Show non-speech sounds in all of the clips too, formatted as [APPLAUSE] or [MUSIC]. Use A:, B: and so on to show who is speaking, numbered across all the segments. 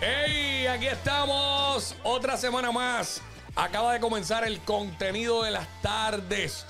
A: ¡Hey! Aquí estamos. Otra semana más. Acaba de comenzar el contenido de las tardes.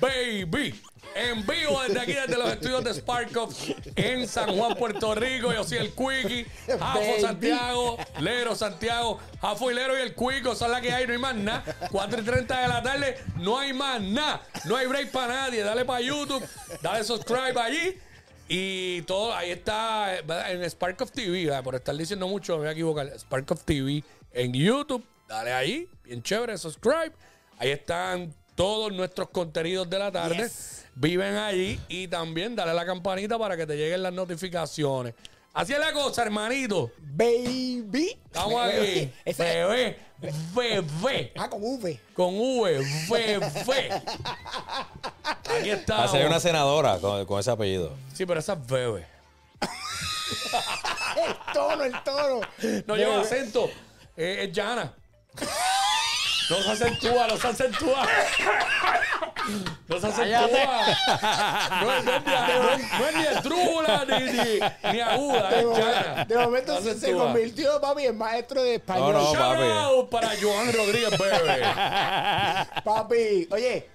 A: Baby. En vivo desde aquí, desde los estudios de Sparkoff en San Juan, Puerto Rico. Yo soy el Quickie, Jafo
B: Baby.
A: Santiago, Lero Santiago, Jafo y Lero y el Cuico. Son las que hay, no hay más nada. 4 y 30 de la tarde, no hay más nada. No hay break para nadie. Dale para YouTube, dale subscribe allí. Y todo, ahí está, eh, ¿verdad? en Spark of TV, ¿verdad? por estar diciendo mucho, me voy a equivocar. Spark of TV en YouTube, dale ahí, bien chévere, subscribe. Ahí están todos nuestros contenidos de la tarde.
B: Yes.
A: Viven allí y también dale a la campanita para que te lleguen las notificaciones. Así es la cosa, hermanito.
B: Baby.
A: Estamos
B: Bebé.
A: aquí.
B: Ese-
A: Bebé, bebé,
B: ah, con V.
A: con V, bebé. Aquí
C: Va a
A: está.
C: ser una senadora con, con ese apellido.
A: Sí, pero esa es bebé.
B: El tono, el tono.
A: No
B: Bebé.
A: lleva acento. Eh, es llana. No se acentúa, no se acentúa. No se acentúa. No es, no es ni, no es ni esdrújula, ni, ni, ni aguda,
B: De
A: es
B: momento,
A: llana.
B: de momento
A: Ah, No
B: se, se
A: acentúa.
B: convirtió, papi, en maestro de español.
C: No, no.
A: Shout
C: papi.
A: out para Joan Rodríguez, bebé.
B: Papi, oye,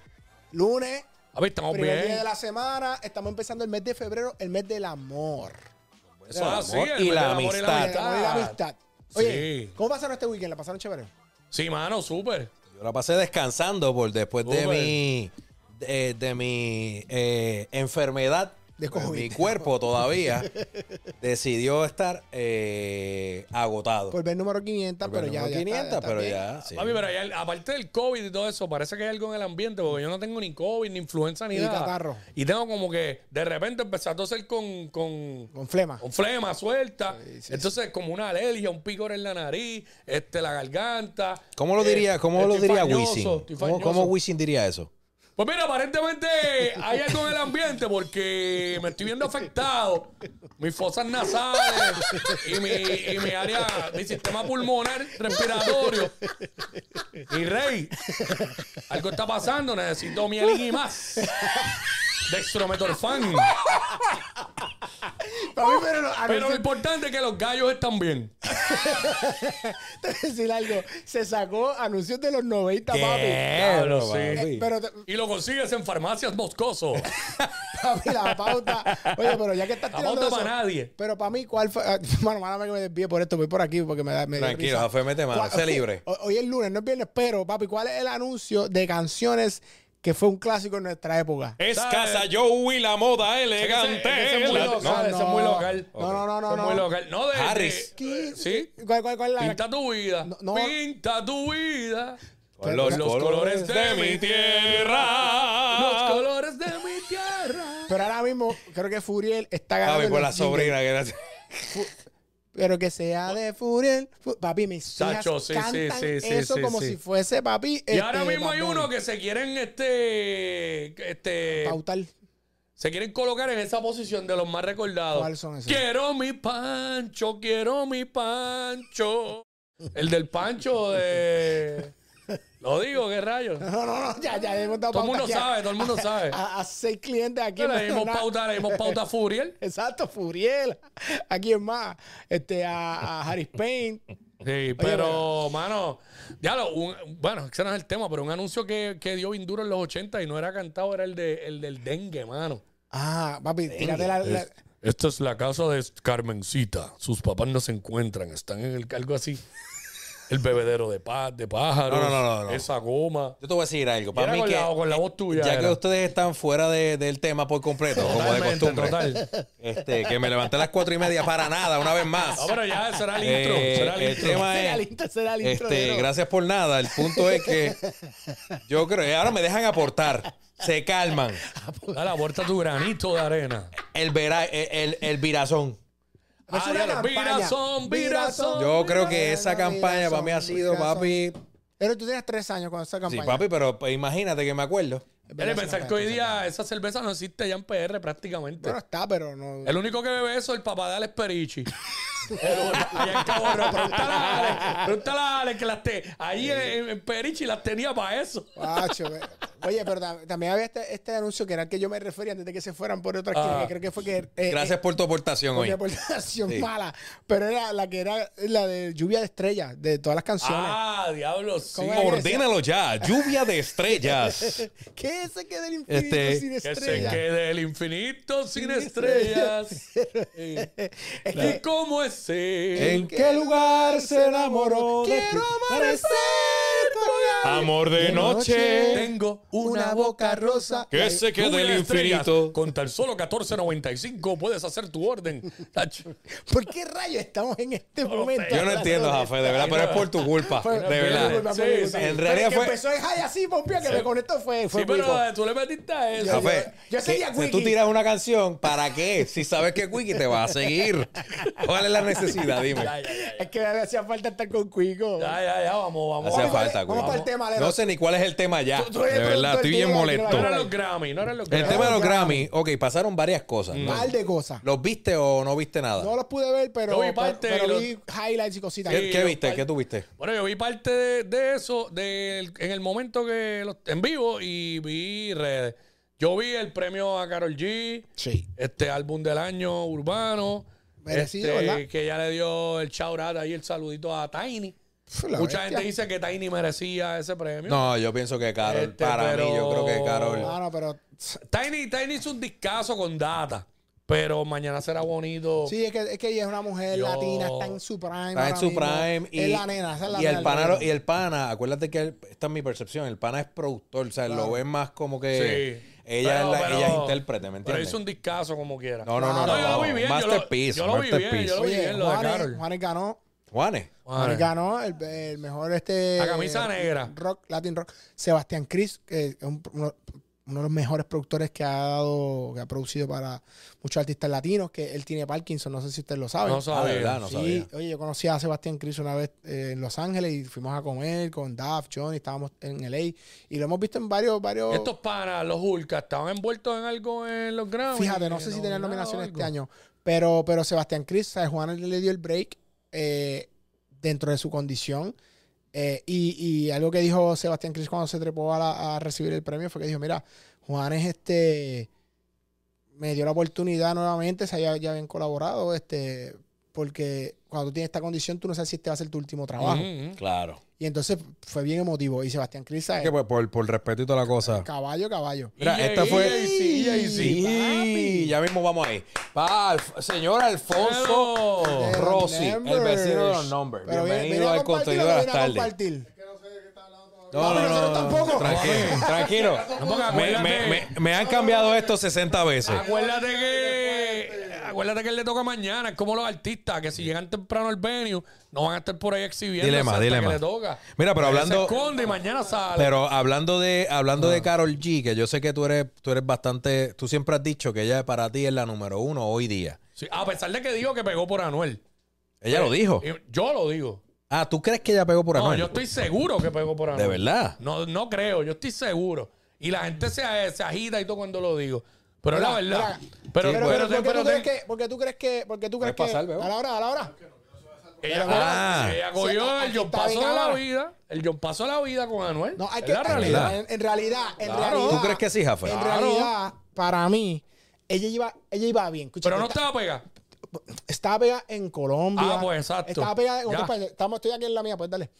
B: lunes,
A: A ver, estamos
B: primer día de
A: bien.
B: la semana, estamos empezando el mes de febrero, el mes del amor.
A: Eso es así,
C: amor
A: el
C: y
A: mes
C: la
A: del amor
C: amistad.
B: El amor y la amistad. Oye,
A: Ah, Sí.
B: ¿cómo pasaron este weekend? ¿La pasaron chévere?
A: Sí, mano, súper.
C: Yo la pasé descansando por después de
A: Uber.
C: mi de, de mi eh, enfermedad.
B: De
C: Pues,
B: COVID.
C: mi cuerpo todavía [LAUGHS] decidió estar eh, agotado.
B: Por ver número 500,
C: Porque
B: pero ya.
C: número
B: ya está,
C: 500,
B: ya está
C: pero
B: bien.
C: ya. sí.
A: Papi, pero hay al- aparte del COVID y todo eso, parece que hay algo en el ambiente, porque yo no tengo ni COVID, ni influenza, ni
B: Y
A: nada.
B: catarro.
A: Y tengo como que de repente empezó a toser con, con,
B: Con flema.
A: con flema suelta.
B: Sí, sí,
A: Entonces, como una alergia, un picor en la nariz, este, la garganta.
C: ¿Cómo lo diría, cómo
A: eh,
C: lo
A: estoy
C: diría
A: fañoso,
C: Wisin?
A: estoy
C: ¿Cómo,
A: fañoso.
C: cómo Wisin diría eso?
A: Pues mira, aparentemente hay algo en el ambiente porque me estoy viendo afectado. Mis fosas nasales y mi, y mi área, mi sistema pulmonar respiratorio. Y rey, algo está pasando, necesito miel y más. Dextrometorfan.
B: Papi, pero no, a mí
A: Pero lo
B: se-
A: importante es que los gallos están bien.
B: [LAUGHS] te voy a decir algo. Se sacó anuncios de los 90, papi.
A: Claro, sí.
B: Eh, Pero te-
A: Y lo consigues en farmacias moscoso.
B: [LAUGHS] Papi, la pauta. Oye, pero ya que estás
A: La
B: tirando
A: pauta
B: eso,
A: para nadie.
B: Pero para mí, ¿cuál fue? Ah, [LAUGHS] Mano, mano, que me desvíe por esto, voy por aquí porque me da. Me dio
C: Tranquilo,
B: risa.
C: Jafé, mete mano,
B: ¿Cuál- [LAUGHS]
C: sé libre.
B: Hoy- Hoy es lunes, no es viernes, pero, papi, ¿cuál es el anuncio de canciones que fue un clásico en nuestra época?
A: Es Casa
C: Joey, la moda
A: Ese- ese es muy
C: La-
A: local,
C: ¿no?
A: ese es muy local.
B: No, no, no, no.
A: Son
B: no.
A: muy local. No, de,
C: Harris.
A: de-
B: ¿Qué?
A: sí.
B: ¿Cuál, cuál, cuál es la-
A: Pinta tu vida.
B: No, no.
A: Pinta tu vida.
C: Con los,
A: Los colores de mi tierra. Los colores de mi tierra.
B: Pero ahora mismo, creo que Furiel está ganando.
C: Javi,
B: en
C: Ah, por la
B: los jingles.
C: sobrina que era-
B: Pero que sea de Furiel. Fu- Papi, mis hijas
A: Sacho, sí, sí,
B: cantan
A: sí, sí,
B: eso
A: sí,
B: como
A: sí.
B: si fuese, papi. este,
A: Y ahora mismo hay uno que se quieren este este
B: Pautar.
A: se quieren colocar en esa posición de los más recordados.
B: ¿Cuáles son esos?
A: Quiero mi Pancho, quiero mi Pancho. El del Pancho
B: [LAUGHS]
A: de Lo digo, qué rayos.
B: No, no, no, ya, ya, ya hemos dado
A: Todo el
B: pauta
A: mundo
B: aquí a-
A: sabe, todo el mundo
B: [LAUGHS]
A: sabe.
B: A, a seis clientes aquí.
A: Le
B: no,
A: dimos
B: no,
A: pauta, le dimos pauta a Furiel.
B: Exacto, Furiel. ¿A quién más? Este, a, a Harris Payne.
A: Sí, pero, mano, ya lo, un- bueno, ese no es el tema, pero un anuncio que, que dio Vinduro en los 80 y no era cantado era el, de, el del dengue, mano.
B: Ah, papi, tírate la. la-
A: Esta es la casa de Carmencita. Sus papás no se encuentran, están en el algo así. El bebedero de paz, de pájaros.
C: No, no, no, no, no.
A: Esa goma.
C: Yo te voy a decir algo.
A: Y
C: Para
A: era
C: mí
A: con,
C: que,
A: la, con la voz tuya.
C: ya que
A: era.
C: ustedes están fuera de- del tema por completo, como de
A: Totalmente, [LAUGHS]
C: costumbre.
A: total.
C: Este, que me levanté a las cuatro y media para nada, una vez más.
A: No, pero ya será el intro.
C: Eh,
A: será el
C: el
A: intro.
C: tema
B: Será el
C: es.
B: intro, será el intro.
C: Este,
B: Lero.
C: gracias por nada. El punto es que yo creo, eh, ahora me dejan aportar. Se calman.
A: Dale, aporta tu granito de arena.
C: El, vera, el, el- el virazón.
B: Pero Pues, es
A: Ah,
B: una
A: diablo,
B: campaña.
A: virazón, virazón.
C: Yo creo que esa
B: Virazón,
C: campaña para mí ha sido,
B: virazón.
C: papi.
B: Pero tú tenías tres años cuando esa
C: Sí,
B: campaña.
C: papi, pero pues, imagínate que me acuerdo.
B: Es verdad,
A: Dale,
B: esa
A: pensar que
B: campaña,
A: hoy
B: esa campaña.
A: día esa cerveza no existe ya en PR prácticamente.
B: Bueno, está, pero no.
A: El único que bebe eso es el papá de Alex Perichi. El- Allá en Cabo Rojo. Pregúntale a Alex, pregúntale a Alex que las te, ahí en, en Perichi las tenía para eso.
B: Guacho, ve. Oye, pero tam- también había este, este anuncio que era el que yo me refería antes de que se fueran por otra
A: Ah.
B: esquina, que creo que fue que... eh,
C: Gracias por tu aportación
B: Porque
C: hoy.
B: por [LAUGHS] la canción
C: Sí.
B: mala. Pero era la que era la de lluvia de estrellas, de todas las canciones.
A: Ah, diablo, sí.
B: ¿Cómo es?
C: Ordénalo ya. Lluvia
B: [LAUGHS]
C: de estrellas.
B: ¿Qué se queda del infinito
C: Este,
B: sin
A: Que se
B: estrellas?
A: quede el infinito sin estrellas.
B: Es
A: ¿Y
B: que-
A: cómo es él?
C: ¿En qué lugar se enamoró? de
B: Quiero
C: ti?
B: amanecer con la-
C: Amor de
B: De
C: noche.
B: noche.
A: Tengo
B: Una boca rosa.
C: Que se quede
A: Lluvia
C: el
A: de estrellas.
C: infinito.
A: Con tan solo 14.95 puedes hacer tu orden. Tacho.
B: ¿Por qué rayos estamos en este
A: No
B: momento?
A: sé.
C: Yo no entiendo, Jafe, de verdad, pero es por tu culpa.
B: Fue-
C: De verdad.
B: disculpa,
A: Sí,
B: disculpa.
A: sí.
B: Pero
C: En realidad
B: el que
C: fue-
B: empezó en high así, pompía, que me conectó fue. fue
A: Sí, pero
B: Pipo.
A: eh, tú le metiste a eso.
B: Yo-
C: Jafe,
B: yo sería
C: que- si
B: Quickie.
C: tú tiras una canción, ¿para qué? Si sabes que Quickie te va a seguir. ¿Cuál es la necesidad? Dime.
A: Ya, ya, ya.
B: Es que me hacía falta estar con Cuico.
A: Ya, ya, ya, vamos, vamos.
C: Hacía
A: Vamos.
C: falta,
B: Vamos
C: Quickie.
B: para el tema, Lero.
C: No sé ni cuál es el tema ya.
B: Tú-
C: De
B: tú eres el
C: verdad, estoy bien
B: productor, tío,
A: No
C: molesto.
A: eran los Grammy, no eran los Grammy.
C: El tema de los
B: Grammy.
C: Grammy. Ok, pasaron varias cosas. ¿no?
B: Mal de cosas.
C: ¿Los viste o no viste nada?
B: No los pude ver, pero,
A: Yo vi
B: pero-
A: parte
B: pero,
A: y lo-
B: vi highlights y cositas.
C: ¿Qué,
A: Sí,
C: qué
A: los
C: viste?
A: par-
C: ¿Qué tuviste?
A: Bueno, yo vi parte de, de eso del- en el momento que los- en vivo y vi redes. Yo vi el premio a Carol G,
B: Sí.
A: este álbum del año urbano.
B: Merecido,
A: este,
B: ¿verdad?
A: Que ya le dio el shout out ahí, el saludito a Tiny.
B: Pf, la
A: Mucha
B: bestia.
A: gente dice que Tiny merecía ese premio.
C: No, yo pienso que Carol,
A: Este,
C: para mí,
A: pero-
C: yo creo que Carol.
B: Ah, no, pero.
A: Tiny, Tiny hizo un discazo con data, pero mañana será bonito.
B: Sí, es que, es que ella es una mujer
A: Yo-
B: latina, está en su prime.
C: Está en
B: ahora
C: su
B: mismo.
C: prime y,
B: es la nena, esa es la
C: y
B: nena
C: el
B: del
C: pana,
B: momento.
C: y el pana, acuérdate que el- esta es mi percepción, el pana es productor, o sea, lo ven más como que
A: Sí.
C: ella,
A: Pero-
C: es la,
A: pero-
C: ella es intérprete, ¿me
A: Pero
C: entiendes?
A: hizo un discazo como quiera.
C: No, no, no,
B: Claro,
C: no,
A: Ah, yo
C: no.
A: lo vi bien. yo lo-
C: Masterpiece,
A: Yo lo, vi bien,
C: masterpiece.
A: yo lo vi
B: Oye,
A: bien, lo de
B: Juanes,
A: Carol.
B: Juanes ganó.
C: Juanes,
B: Juanes
A: Madre.
B: ganó el, el mejor este.
A: La camisa negra.
B: Rock, Latin rock. Sebastián Cris, que es un- uno, uno de los mejores productores que ha dado, que ha producido para muchos artistas latinos, que él tiene Parkinson, no sé si ustedes lo saben.
A: No
C: Ah, de
A: sabía.
C: verdad, no
B: sí,
C: sabía.
B: oye, yo conocí a Sebastián Cris una vez eh, en Los Ángeles y fuimos a comer con Daf, Johnny, estábamos en LA y lo hemos visto en varios, varios.
A: Estos panas, los Hulka, estaban envueltos en algo en los Grammys.
B: Fíjate, no sé si tenían nominaciones este año, pero, pero Sebastián Cris, ¿sabes? Juan le dio el break eh, dentro de su condición. eh, y, y algo que dijo Sebastián Cris cuando se trepó a, la- a recibir el premio fue que dijo, mira, Juanes este, me dio la oportunidad nuevamente, o sea, ya, ya habían colaborado, este, porque cuando tú tienes esta condición tú no sabes si este va a ser tu último trabajo.
A: Mm-hmm.
C: claro.
B: Y entonces fue bien emotivo. Y Sebastián Cris, ¿sabes?
C: Que por, por, por respeto y toda la cosa.
B: caballo, caballo.
C: Mira, esta fue-
A: Sí, sí,
C: Sí, ya mismo vamos ahí. Va, Alf- señor Alfonso
A: Pero-
C: Rossi, Oh, el
B: Numbers.
C: vecino de los numbers.
B: Eh, Pero ven-
C: Bienvenido
B: ven a
C: al
B: compartir,
C: contenido de las
B: ven a
C: tardes.
B: compartir.
C: No, no,
B: Papi,
C: no,
B: nosotros
C: no,
B: tampoco.
C: Tranquilo, tranquilo.
A: No, porque
C: Me, me- me- me han cambiado esto 60 veces.
A: Acuérdate que acuérdate que él le toca mañana, es como los artistas que si llegan temprano al venue no van a estar por ahí exhibiendo
C: Dilema,
A: hasta
C: dilema.
A: que le toca.
C: Mira, pero
A: Él
C: hablando-
A: se esconde y mañana sale.
C: Pero hablando de hablando de Carol G, que yo sé que tú eres tú eres bastante, tú siempre has dicho que ella para ti es la número uno hoy día.
A: Sí, a pesar de que dijo que pegó por Anuel.
C: Ella lo dijo.
A: Y Yo lo digo.
C: Ah, ¿tú crees que ella pegó por
A: Eh, No,
C: Anuel?
A: yo estoy seguro que pegó por Anuel.
C: ¿De verdad?
A: No, no creo, yo estoy seguro. Y la gente se, se agita y todo cuando lo digo. Pero es la
B: Mira,
A: verdad. Pero,
B: mira.
C: Sí,
A: pero,
C: bueno.
A: pero,
B: ¿Por qué
A: pero-
B: tú crees que, porque tú crees que, porque tú crees que,
C: pasar, bebo.
B: a la hora, a la hora.
A: ella,
C: Ah.
A: ella cogió
B: Sí, aquí
A: el John
B: está
A: Paso
B: bien,
A: de la
B: claro.
A: vida. El John Paso de la vida con Anuel.
B: No, hay
A: Es
B: que,
A: la
B: hay que-
A: realidad.
B: En, en realidad, en
A: Claro.
B: realidad.
C: ¿Tú crees que sí, Jafe?
B: En
A: Claro.
B: realidad, para mí, ella iba, ella iba bien. Escucha,
A: Pero no
B: esta-
A: estaba pegada.
B: estaba pegada en Colombia.
A: Ah, pues, exacto.
B: Estaba pegada en otros
A: Ya.
B: países. Estamos, estoy aquí en la mía, pues dale.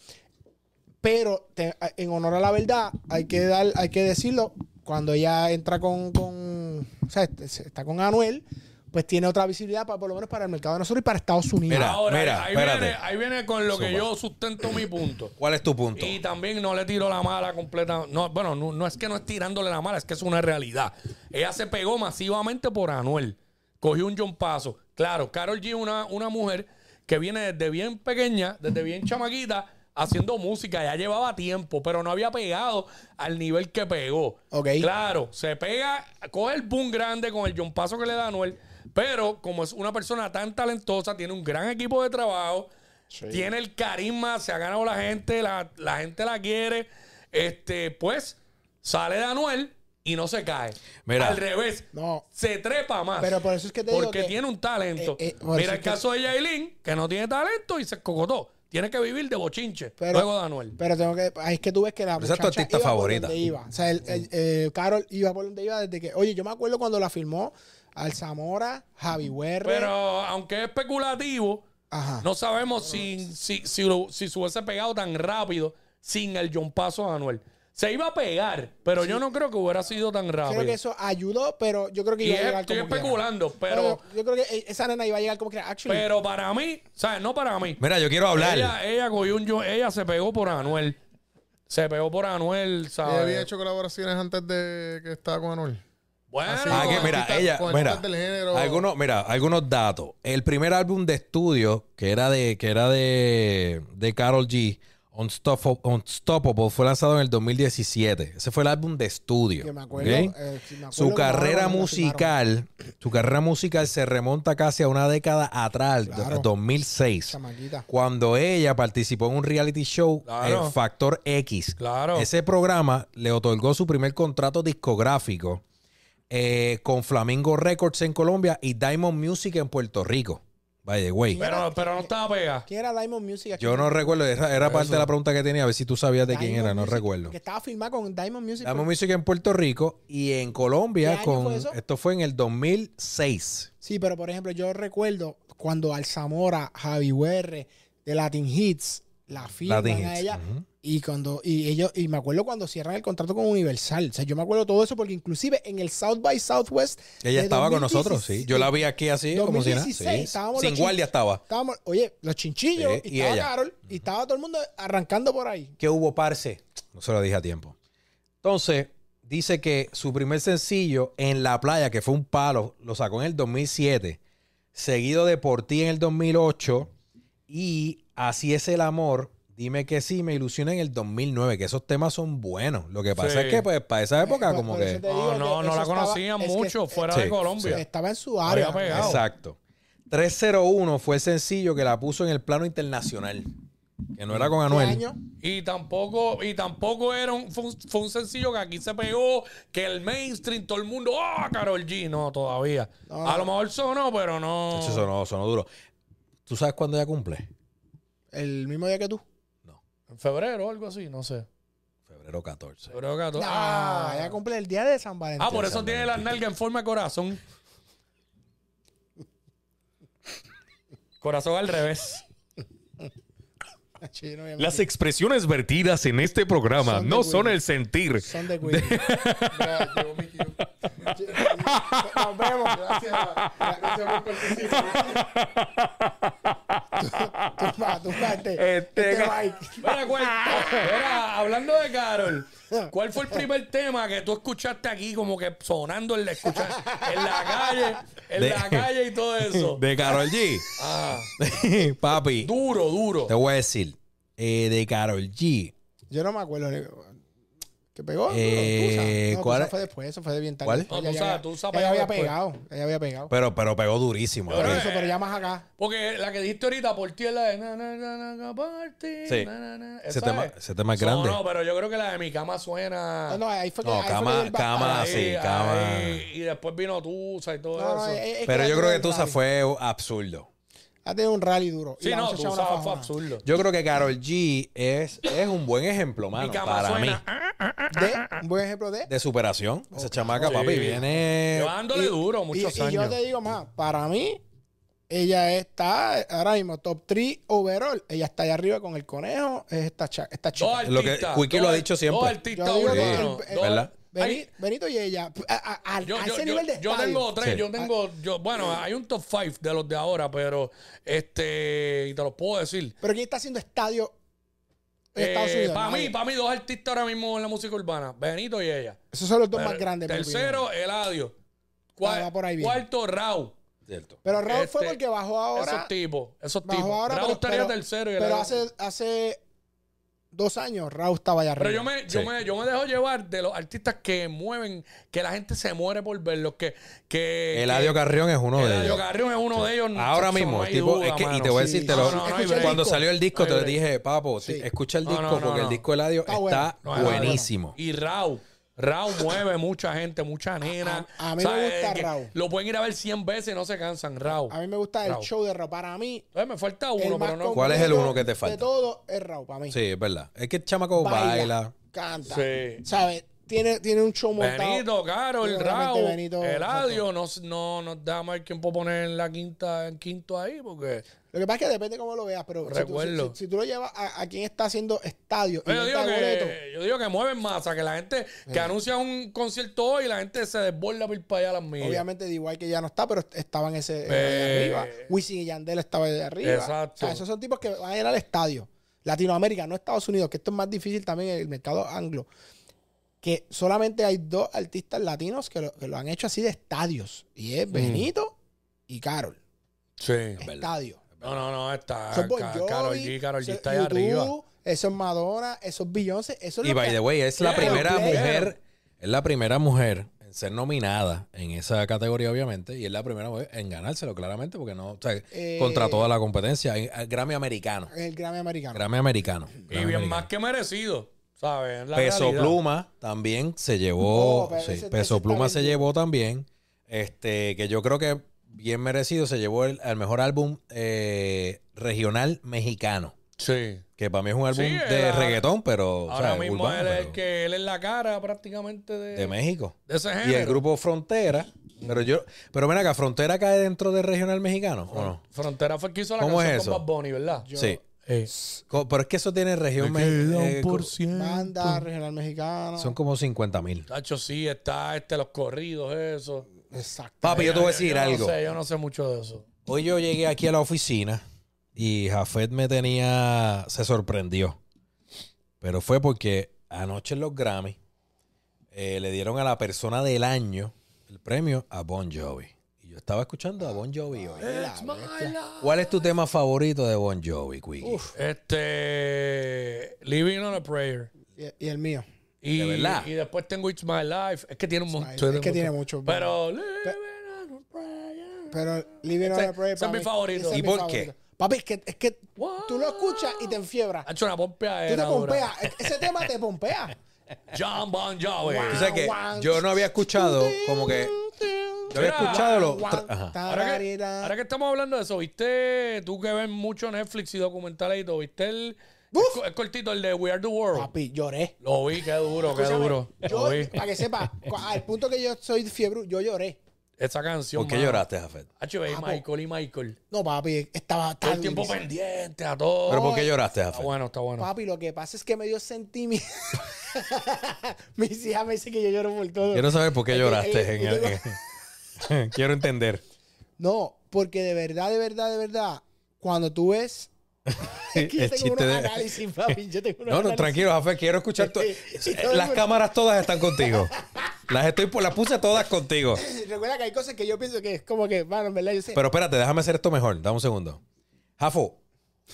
B: Pero te- en honor a la verdad, hay que dar, hay que decirlo. Cuando ella entra con, con o sea, este- se- está con Anuel, pues tiene otra visibilidad para, por lo menos para el mercado de nosotros y para Estados Unidos.
C: Mira,
A: Ahora,
C: mira,
A: ahí,
C: espérate.
A: viene, ahí viene con lo que
C: Zumba.
A: yo sustento mi punto.
C: ¿Cuál es tu punto?
A: Y también no le tiró la mala completa. No, bueno, no, no es que no es tirándole la mala, es que es una realidad. Ella se pegó masivamente por Anuel. Cogió un John Paso. Claro, Carol G es una, una mujer que viene desde bien pequeña, desde bien chamaquita, haciendo música. Ya llevaba tiempo, pero no había pegado al nivel que pegó.
B: Ok.
A: Claro, se pega, coge el boom grande con el John Paso que le da Anuel. Pero como es una persona tan talentosa, tiene un gran equipo de trabajo. Tiene el carisma, se ha ganado la gente, la, la gente la quiere. Este, pues, sale de Anuel y no se cae.
C: Mira.
A: Al revés.
B: No.
A: Se trepa más.
B: Pero por eso es que te digo
A: Porque
B: que-
A: tiene un talento.
B: Eh, eh, por
A: Mira
B: eso
A: el
B: es que-
A: caso de Yailin, que no tiene talento y se cocotó. Tienes que vivir de bochinche.
B: Pero-
A: luego de Anuel.
B: Pero tengo que. ahí Es que tú ves que la
C: Pero esa es tu
B: muchacha
C: artista
B: iba
C: favorita.
B: Por donde iba. O sea, el, el- eh, Carol iba por donde iba desde que. Oye, yo me acuerdo cuando la firmó Al Zamora, Javi Huerre.
A: Pero aunque es especulativo,
B: Ajá.
A: no sabemos si, si, si, lo- si se hubiese pegado tan rápido sin el John Paso a Anuel. Se iba a pegar, pero yo no creo que hubiera sido tan rápido.
B: creo que eso ayudó, pero yo creo que
A: y
B: iba a
A: es-
B: llegar
A: estoy
B: como quiera.
A: especulando,
B: Pero
A: pero,
B: yo creo que e, esa nena iba a llegar como que actually.
A: pero para mí, ¿sabes? No para mí.
C: Mira, yo quiero hablar.
A: Ella, ella cogió un John- ella se pegó por Anuel. Se pegó por Anuel,
D: Ella había
A: ¿sabes?
D: hecho colaboraciones antes de que estaba con Anuel.
A: Bueno,
D: Así
C: Ah,
D: con
C: que mira,
D: artistas-
C: ella,
D: con
C: mira,
D: artistas del género.
C: algunos, mira, algunos datos. El primer álbum de estudio que era de que era de de Carol G, Unstoppable, Unstoppable, fue lanzado en el 2017. Ese fue el álbum de estudio.
B: que me acuerdo,
C: ¿ok?
B: eh, sí, me acuerdo
C: su
B: que me
C: carrera
B: acuerdo cuando la firmaron.
C: musical, su carrera musical se remonta casi a una década atrás,
B: Claro.
C: 2006,
B: Chamaquita.
C: cuando ella participó en un reality show,
A: Claro.
C: el Factor X.
A: claro.
C: Ese programa le otorgó su primer contrato discográfico eh, con Flamingo Records en Colombia y Diamond Music en Puerto Rico. Vaya, güey.
A: pero, pero no estaba pegada.
B: ¿Quién era Diamond Music?
C: Yo no recuerdo, era, era parte de la pregunta que tenía, a ver si tú sabías de quién
B: Diamond
C: era, no
B: Music,
C: recuerdo.
B: Que estaba firmada con Diamond Music.
C: Diamond
B: pero-
C: Music en Puerto Rico y en
B: ¿Qué
C: Colombia
B: año
C: con...
B: fue eso?
C: Esto fue en el 2006.
B: Sí, pero por ejemplo, yo recuerdo cuando Al Zamora, Javi Huerre, de Latin Hits, la firman
C: Latin
B: a
C: Hits,
B: ella.
C: ujú.
B: Y cuando, y ellos, y me acuerdo cuando cierran el contrato con Universal. O sea, yo me acuerdo todo eso porque inclusive en el South by Southwest.
C: Ella
B: de
C: estaba con
B: 2016,
C: nosotros, sí. Yo la vi aquí así, como si
B: 2016,
C: nada. Sí.
B: estábamos
C: Sin
B: los
C: guardia
B: chin-
C: estaba.
B: Estábamos, oye, los chinchillos,
C: Sí,
B: y,
C: y
B: estaba
C: ella.
B: Carol, y estaba todo el mundo arrancando por ahí.
C: que hubo parce? No se lo dije a tiempo. Entonces, dice que su primer sencillo en la playa, que fue un palo, lo sacó en el 2007, seguido de Por ti en el 2008 y Así es el amor, dime que sí, me ilusiona en el 2009, que esos temas son buenos. Lo que pasa
A: Sí.
C: es que pues para esa época
B: Eh,
C: como
B: por eso
C: que
B: te digo
A: No,
B: que
A: no, no
B: eso
A: la
B: estaba-
A: conocían
B: es que,
A: mucho
B: eh,
A: fuera
C: Sí,
A: de Colombia.
B: Estaba en su
A: Había
B: área.
A: pegado.
C: Exacto. 301 fue el sencillo que la puso en el plano internacional, que no era con
B: ¿Qué
C: Anuel.
B: año?
A: Y tampoco, y tampoco era un, fue, un, fue un sencillo que aquí se pegó, que el mainstream, todo el mundo, ¡ah, Carol G! No, todavía.
B: No.
A: A lo mejor sonó, pero no.
C: Eso sonó, sonó duro. ¿Tú sabes cuándo ella cumple?
B: El mismo día que tú.
A: En febrero o algo así, no sé.
C: Febrero 14.
A: Febrero 14.
B: Ah, ya cumple el día de San Valentín.
A: Ah,
B: [LAUGHS]
A: por eso tiene la nalga en forma de
C: [LAUGHS]
A: corazón. Corazón al revés.
B: Chino, obviamente.
E: Las expresiones vertidas en este programa
B: Son de
E: no son
B: Willy.
E: el sentir
B: Son
A: [LAUGHS]
B: de Queen.
A: Este
D: Ya, llegó mi cue.
B: Nos vemos.
D: Gracias. Gracias por participar.
B: Tumba,
A: [LAUGHS]
E: Este
B: tumbate. Este
E: ca-
B: Mike.
A: Mira, ¿cuál- mira, hablando de Carol, ¿cuál fue el primer tema que tú escuchaste aquí como que sonando en la, escucha- en la calle, en
C: De-
A: la calle y todo eso?
C: [LAUGHS] De Carol G.
A: Ah,
C: [LAUGHS] Papi,
A: duro, duro.
C: te voy a decir. eh, de Carol G.
B: Yo no me acuerdo. Nico. ¿Qué pegó?
C: Eh,
B: no, Tusa. No,
C: ¿cuál
B: Tusa
C: es?
B: fue después, eso fue de bien tarde.
C: ¿Cuál?
A: No, Tusa, Tusa
B: ella había
A: pegó
B: pegado. Ella había pegado.
C: Pero, eh, pero pegó durísimo.
B: Por
A: Pero-
C: ¿verdad?
B: eso, pero ya más acá.
A: Porque la que dijiste ahorita por ti es la de na, na, na, na, na, party,
C: Sí.
A: na, na, na.
C: Ese
A: Esa
C: tema-
A: es.
C: ese tema es
A: No,
C: grande.
A: No, pero yo creo que la de mi cama suena.
B: Ah, No, no, ahí fue que.
C: No,
B: ahí fue que
C: cama-
B: dio el ba-
C: cama,
B: ahí.
C: sí. cama.
A: Y después vino Tusa y todo
B: No, no, eh,
A: eso.
B: es- es
C: Pero
B: ha
C: yo
B: tenido
C: creo que
B: un
C: Tusa
B: rally.
C: fue absurdo.
B: Ha tenido un rally duro. Y
A: sí,
B: la
A: no,
B: muchacha
A: Tusa
B: una
A: fue
B: fajona.
A: absurdo.
C: Yo creo que Carol G es, es un buen ejemplo, mano,
A: mi cama
C: para mí.
A: suena. ah,
B: De- Un buen
A: [LAUGHS]
B: ejemplo de.
C: De superación. Esa chamaca,
A: Sí.
C: papi, viene.
A: Llevándole
B: Eh, y-
A: duro
B: Y,
A: muchos
B: y yo
A: años.
B: te digo más, para mí, ella está ahora mismo top 3 overall. Ella está allá arriba con el conejo, es esta, cha- esta
A: Dos
B: chica.
A: artistas.
C: Lo que- Quickie lo
A: dos
C: ha
A: ar-
C: dicho siempre.
A: Dos artistas
B: Yo digo que
A: urbanos,
B: el- el-
A: dos-
C: ¿Verdad?
B: Beni-
A: Ay,
B: Benito y ella, a, a- a-
A: Yo,
B: a
A: yo-
B: ese
A: yo-
B: nivel de
A: yo
B: estadio.
A: tengo tres,
C: Sí.
A: yo tengo, yo, bueno, hay un top five de los de ahora, pero este, y te los puedo decir.
B: Pero ¿quién está haciendo estadio en Estados Unidos?
A: para
B: Nadie.
A: Eh, mí, para mí, dos artistas ahora mismo en la música urbana, Benito y ella.
B: Esos son los dos
A: Pero
B: más grandes. en mi opinión.
A: Tercero, Eladio.
B: Ah,
A: Cua
B: va por ahí bien.
A: cuarto, Rau.
C: Cierto.
B: Pero Raúl fue
A: este,
B: porque bajó ahora.
A: esos tipos. Esos
B: Bajó
A: tipos.
B: ahora,
A: Raúl
B: pero,
A: estaría
B: pero-
A: tercero y
B: pero
A: Eladio-
B: hace, hace dos años Raúl estaba allá arriba.
A: Pero yo me, yo,
C: Sí.
A: me, yo me dejo llevar de los artistas que mueven, que la gente se muere por verlos, que... que
C: Eladio
A: que-
C: Carrión es uno de
A: Eladio
C: ellos.
A: Carrión es uno de ellos.
C: Ahora
A: Eso
C: mismo,
A: no hay
C: tipo,
A: duda,
C: es que, y te
A: mano.
C: voy a
B: Sí,
C: decir, te
B: no,
C: lo-
B: no, no hay
A: break.
C: cuando salió el disco,
A: No
C: te
A: hay
C: lo
A: break.
C: dije, papo, sí,
B: Sí.
C: escucha el
A: No,
C: disco,
A: no, no,
C: porque
A: no.
C: el disco de Eladio
B: Está
C: está,
B: bueno.
A: No, está bueno.
C: buenísimo.
A: Y Raúl. Rao mueve mucha gente, mucha nena.
B: A- a mí me gusta
A: que
B: Rao.
A: Lo pueden ir a ver 100 veces y no se cansan, Rao.
B: A mí me gusta el
A: Raúl.
B: show de Raúl. Para mí,
A: Eh, me falta
B: el
A: uno,
B: más
A: pero no.
C: ¿Cuál es el
B: completo
C: uno que te falta?
B: De todo es Raúl, para mí.
C: Sí, es verdad. Es que el chamaco
B: Baila,
C: baila.
B: Canta.
A: Sí.
B: ¿Sabes? Tiene, tiene un show montado.
A: Benito, Caro, el
B: Realmente
A: Rao,
B: Benito,
A: el
B: exacto.
A: Adio, no, no nos da más tiempo poner en la quinta, en quinto ahí, porque
B: Lo que pasa es que depende cómo lo veas, pero si tú-
A: Recuerdo.
B: Si, si tú lo llevas a, a quien está haciendo estadio y
A: Yo
B: venta
A: digo,
B: de boletos,
A: que, yo digo que mueven masa, que la gente que anuncia un concierto hoy y la gente se desborda por ir para allá a las millas.
B: obviamente de igual que ya no está, pero estaba en ese
A: Eh.
B: de arriba. Wisin y Yandel estaba de arriba.
A: Exacto.
B: O sea, esos son tipos que van a ir al estadio. Latinoamérica, no Estados Unidos, que esto es más difícil también en el mercado anglo. Que solamente hay dos artistas latinos que lo, que lo han hecho así de estadios. Y
A: Mm.
B: es Benito y Carol.
A: Sí.
B: Estadio.
A: No, no, no, está.
B: Eso es Bon
A: Ah, Ca- Karol
B: Jovi,
A: G, Karol
B: eso
A: G
B: es
A: está ahí
B: U2,
A: arriba.
B: Eso es Madonna, eso es Beyoncé, eso es
C: Y
B: lo
C: by
B: que-
C: the way, es la
A: Claro,
C: primera
B: claro.
C: mujer, es la primera mujer en ser nominada en esa categoría, obviamente, y es la primera mujer en ganárselo, claramente, porque no, o sea,
B: Eh. Ah.
C: contra toda la competencia. en- en Grammy americano.
B: el Grammy americano.
C: Grammy americano.
A: Y bien más que merecido, ¿sabes? Es la
C: Peso
A: realidad.
C: Pluma también se llevó.
B: Oh, pero
C: sí,
B: ese- ese
C: Peso
B: está
C: Pluma
B: bien
C: se
B: duro.
C: llevó también. Este, que yo creo que bien merecido se llevó el, al mejor álbum eh, regional mexicano.
A: Sí.
C: Que para mí es un álbum
A: Sí,
C: de
A: era-
C: reggaetón, pero. o
A: Ahora
C: sea,
A: mismo
C: urbano,
A: él, es
C: pero
A: que él es la cara prácticamente de,
C: De México.
A: de ese género.
C: Y el grupo Frontera. Pero yo. Pero ven acá, ¿Frontera cae dentro del regional mexicano? ¿O no?
A: Frontera fue el que hizo la
C: ¿Cómo es
A: canción
C: eso?
A: con Bad Bunny, ¿verdad?
C: sí.
A: Eh.
C: Co- Pero es que eso tiene región mexicana.
B: Banda regional mexicana.
C: son como 50 mil.
A: Tacho, sí, está este, los corridos, eso.
B: Exacto.
C: Papi, yo te voy a decir
A: yo
C: algo.
A: No sé, yo no sé mucho de eso.
C: Hoy yo llegué aquí a la oficina y Jafet me tenía. se sorprendió. Pero fue porque anoche en los Grammy eh, le dieron a la persona del año el premio a Bon Jovi. Y yo estaba escuchando a Bon Jovi hoy. ¿Cuál es tu tema favorito de Bon Jovi, Quiggy?
A: Este. Living on a Prayer.
B: Y, y el mío.
A: Y,
C: De verdad.
A: y después tengo It's My Life. Es que tiene un
B: Ay,
A: montón.
B: es que tiene mucho.
A: Pero. Living on a Prayer.
B: Pero Living on
A: Ese-
B: a Prayer.
A: ese es
B: papi,
A: mi favorito.
B: ese es
C: ¿Y
B: mi
C: por
B: favorito. Papi, es que, es que
A: What?
B: tú lo escuchas y te enfiebras.
A: Ha hecho una pompea
B: Tú te
A: era
B: pompeas. Ese tema te pompea.
A: John Bon Jovi.
C: Tú sabes que yo no había escuchado como que. Yo había escuchado lo. tra- ajá.
A: Ahora que, ahora que estamos hablando de eso, ¿viste? Tú que ves mucho Netflix y documentales y todo, ¿viste el.
B: Uf.
A: Es, co- es cortito, el de We Are the World.
B: Papi, lloré.
A: Lo vi, qué duro, qué
B: Escúchame,
A: duro. Lo vi.
B: Yo, para que sepa, cu- al punto que yo soy fiebre, yo lloré.
A: Esa canción.
C: ¿Por qué
A: mano.
C: lloraste, Jafet?
A: HB y
B: Papo.
A: Michael y Michael.
B: No, papi, estaba
A: Todo
B: tan
A: el tiempo
B: difícil.
A: pendiente a todo.
C: ¿Pero por qué lloraste,
A: Está
C: Jafet?
A: bueno, está bueno.
B: Papi, lo que pasa es que me dio sentimiento. [LAUGHS] Mis hijas me dicen que yo lloro por todo.
C: Quiero saber por qué
B: Es que- es-
C: lloraste. en
B: yo
C: el-
B: tengo-
C: en- [LAUGHS] Quiero entender.
B: No, porque de verdad, de verdad, de verdad, cuando tú
C: [LAUGHS]
B: ves. Es que yo
C: El
B: tengo
C: chiste
B: unos
C: de-
B: análisis, papi. Yo tengo unos
C: No, no,
B: análisis.
C: tranquilo, Jafé, quiero escuchar tu-
B: Sí, todo el
C: Las
B: mundo-
C: cámaras todas están contigo. Las estoy las puse todas contigo.
B: Recuerda que hay cosas que yo pienso que es como que, bueno, en verdad, yo sé.
C: Pero espérate, déjame hacer esto mejor. Dame un segundo. Jafo,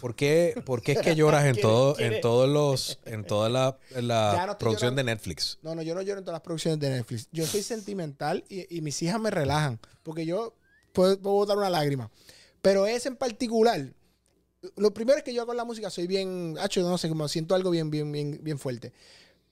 C: ¿por qué, por qué es que lloras en
B: ¿Quiere-
C: todo,
B: quiere?
C: en todos los, en toda la, en la
B: Ya no estoy
C: producción
B: llorando.
C: de Netflix?
B: No, no, yo no lloro en todas las producciones de Netflix. Yo soy sentimental y, y mis hijas me relajan. Porque yo puedo, puedo botar una lágrima. Pero ese en particular, lo primero es que yo con la música soy bien. Hacho, no sé, como siento algo bien, bien, bien, bien fuerte.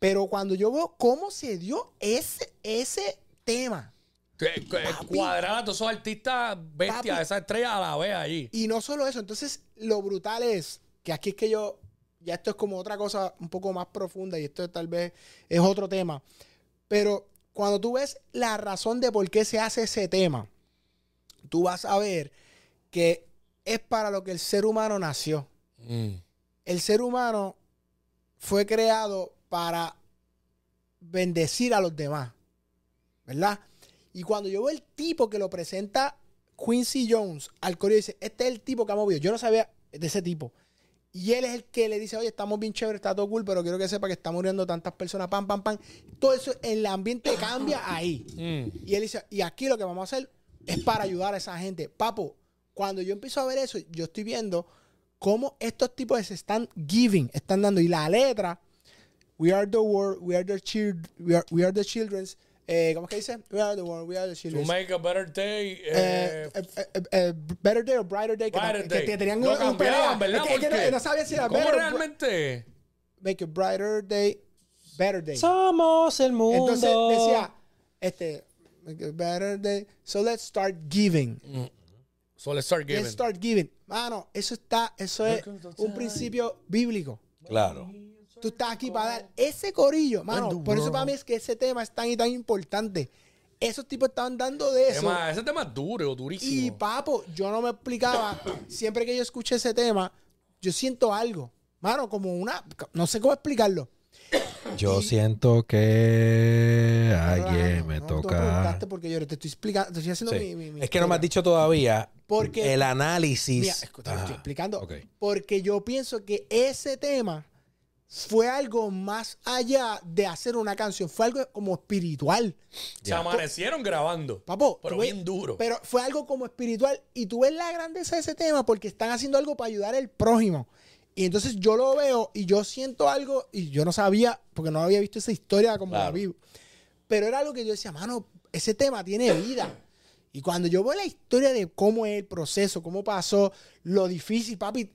B: Pero cuando yo veo cómo se dio ese, ese tema.
A: Que- que- Cuadrada, todos esos artistas bestias,
B: Papi.
A: esas estrellas a la vez ahí.
B: Y no solo eso, entonces lo brutal es que aquí es que yo, ya esto es como otra cosa un poco más profunda y esto tal vez es otro tema, pero cuando tú ves la razón de por qué se hace ese tema, tú vas a ver que es para lo que el ser humano nació.
C: Mm.
B: El ser humano fue creado para bendecir a los demás, ¿verdad? Y cuando yo veo el tipo que lo presenta Quincy Jones al coreo, dice, este es el tipo que ha movido. Yo no sabía de ese tipo. Y él es el que le dice, oye, estamos bien chévere, está todo cool, pero quiero que sepa que está muriendo tantas personas, pam, pam, pam. Todo eso, el ambiente cambia ahí.
A: Mm.
B: Y él dice, y aquí lo que vamos a hacer es para ayudar a esa gente. Papo, cuando yo empiezo a ver eso, yo estoy viendo cómo estos tipos se están giving, están dando. Y la letra, we are the world, we are the children, we are, we are the children's, eh, ¿cómo es que dice? We are the world, we are the
A: To
B: children.
A: make a better day.
B: Eh,
A: eh,
B: eh, eh, eh, better Day o Brighter Day. que-
A: brighter
B: que,
A: day.
B: te tenían
A: Lo
B: un, un pelea.
A: cambiaban, ¿verdad?
B: Es que- es que
A: Porque-
B: no, no sabía si era
A: ¿Cómo
B: Better
A: realmente?
B: Make a Brighter Day. Better Day.
C: Somos el mundo.
B: Entonces decía, este, Better Day, so let's start giving.
A: So let's start Mm. giving.
B: Let's start giving. Mano, eso está, eso es un principio bíblico.
C: Claro.
B: Tú estás aquí para dar ese corillo, mano. Por eso para mí es que ese tema es tan y tan importante. Esos tipos estaban dando de eso.
A: Tema- ese tema es duro, durísimo.
B: Y papo, yo no me explicaba. Siempre que yo escuché ese tema, yo siento algo. Mano, como una. No sé cómo explicarlo.
C: Yo siento que
B: Pero,
C: alguien
B: ah,
C: me
B: no, no Te lo
C: toca.
B: preguntaste porque yo te estoy explicando. Te estoy haciendo
C: Sí.
B: mi, mi- mi
C: Es que no me has
B: historia.
C: dicho todavía
B: Porque-
C: el
B: Mira,
C: análisis. Ah.
B: escucha, te lo
C: Ajá.
B: estoy explicando.
C: ok.
B: Porque yo pienso que ese tema fue algo más allá de hacer una canción. Fue algo como espiritual.
A: Se amanecieron grabando.
B: Papo,
A: Pero
B: tú ves-
A: bien duro.
B: Pero fue algo como espiritual. Y tú ves la grandeza de ese tema porque están haciendo algo para ayudar al prójimo. Y entonces yo lo veo y yo siento algo y yo no sabía, porque no había visto esa historia como la
C: Claro.
B: vivo. Pero era algo que yo decía, mano, ese tema tiene vida. Y cuando yo veo la historia de cómo es el proceso, cómo pasó, lo difícil, papi,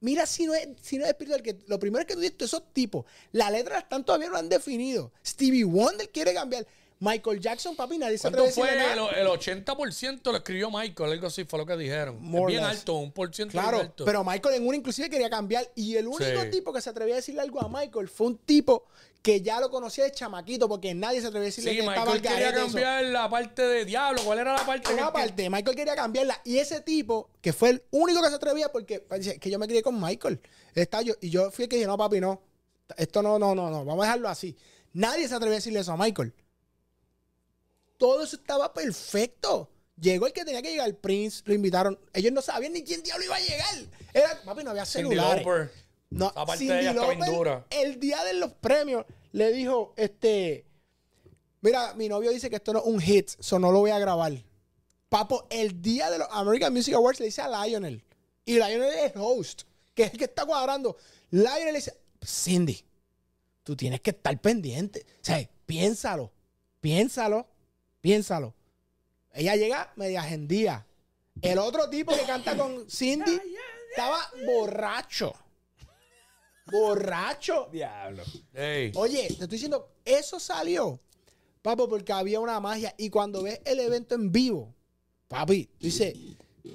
B: mira si no es, si no es espiritual, que lo primero es que tú dices, esos tipos, la letra las están todavía no han definido. Stevie Wonder quiere cambiar. Michael Jackson, papi, nadie se atreve a
A: ¿Cuánto
B: decirle
A: fue?
B: nada.
A: El, el 80% lo escribió Michael, algo así fue lo que dijeron. Es
B: More or
A: bien
B: less.
A: alto, un por ciento bien
B: Claro,
A: alto.
B: pero Michael en una inclusive quería cambiar y el único
A: Sí.
B: tipo que se atrevía a decirle algo a Michael fue un tipo que ya lo conocía de chamaquito porque nadie se atrevía a
A: sí,
B: decirle que
A: Michael
B: estaba al
A: quería
B: garete de eso.
A: cambiar la parte de Diablo. ¿Cuál era la parte
B: Una
A: que-
B: parte, Michael quería cambiarla y ese tipo que fue el único que se atrevía porque dice que yo me crié con Michael, Él estaba yo y yo fui el que dije no papi no, esto no no no no, vamos a dejarlo así. Nadie se atrevió a decirle eso a Michael. Todo eso estaba perfecto. Llegó el que tenía que llegar, Prince, lo invitaron. Ellos no sabían ni quién diablo iba a llegar. Era, papi, no había
A: Cindy
B: celulares.
A: Lauper.
B: No,
A: Esa parte
B: Cyndi
A: de ella está bien
B: Lauper,
A: dura.
B: El día de los premios le dijo, este, mira, mi novio dice que esto no es un hit, so no lo voy a grabar. Papo, el día de los American Music Awards le dice a Lionel. Y Lionel es el host, que es el que está cuadrando. Lionel le dice, Cindy, tú tienes que estar pendiente. O sea, piénsalo, piénsalo, piénsalo. Ella llega media agendía. El otro tipo que canta con Cindy estaba borracho. Borracho.
A: Ey.
B: Oye, te estoy diciendo, eso salió, papo, porque había una magia. Y cuando ves el evento en vivo, papi, tú dices,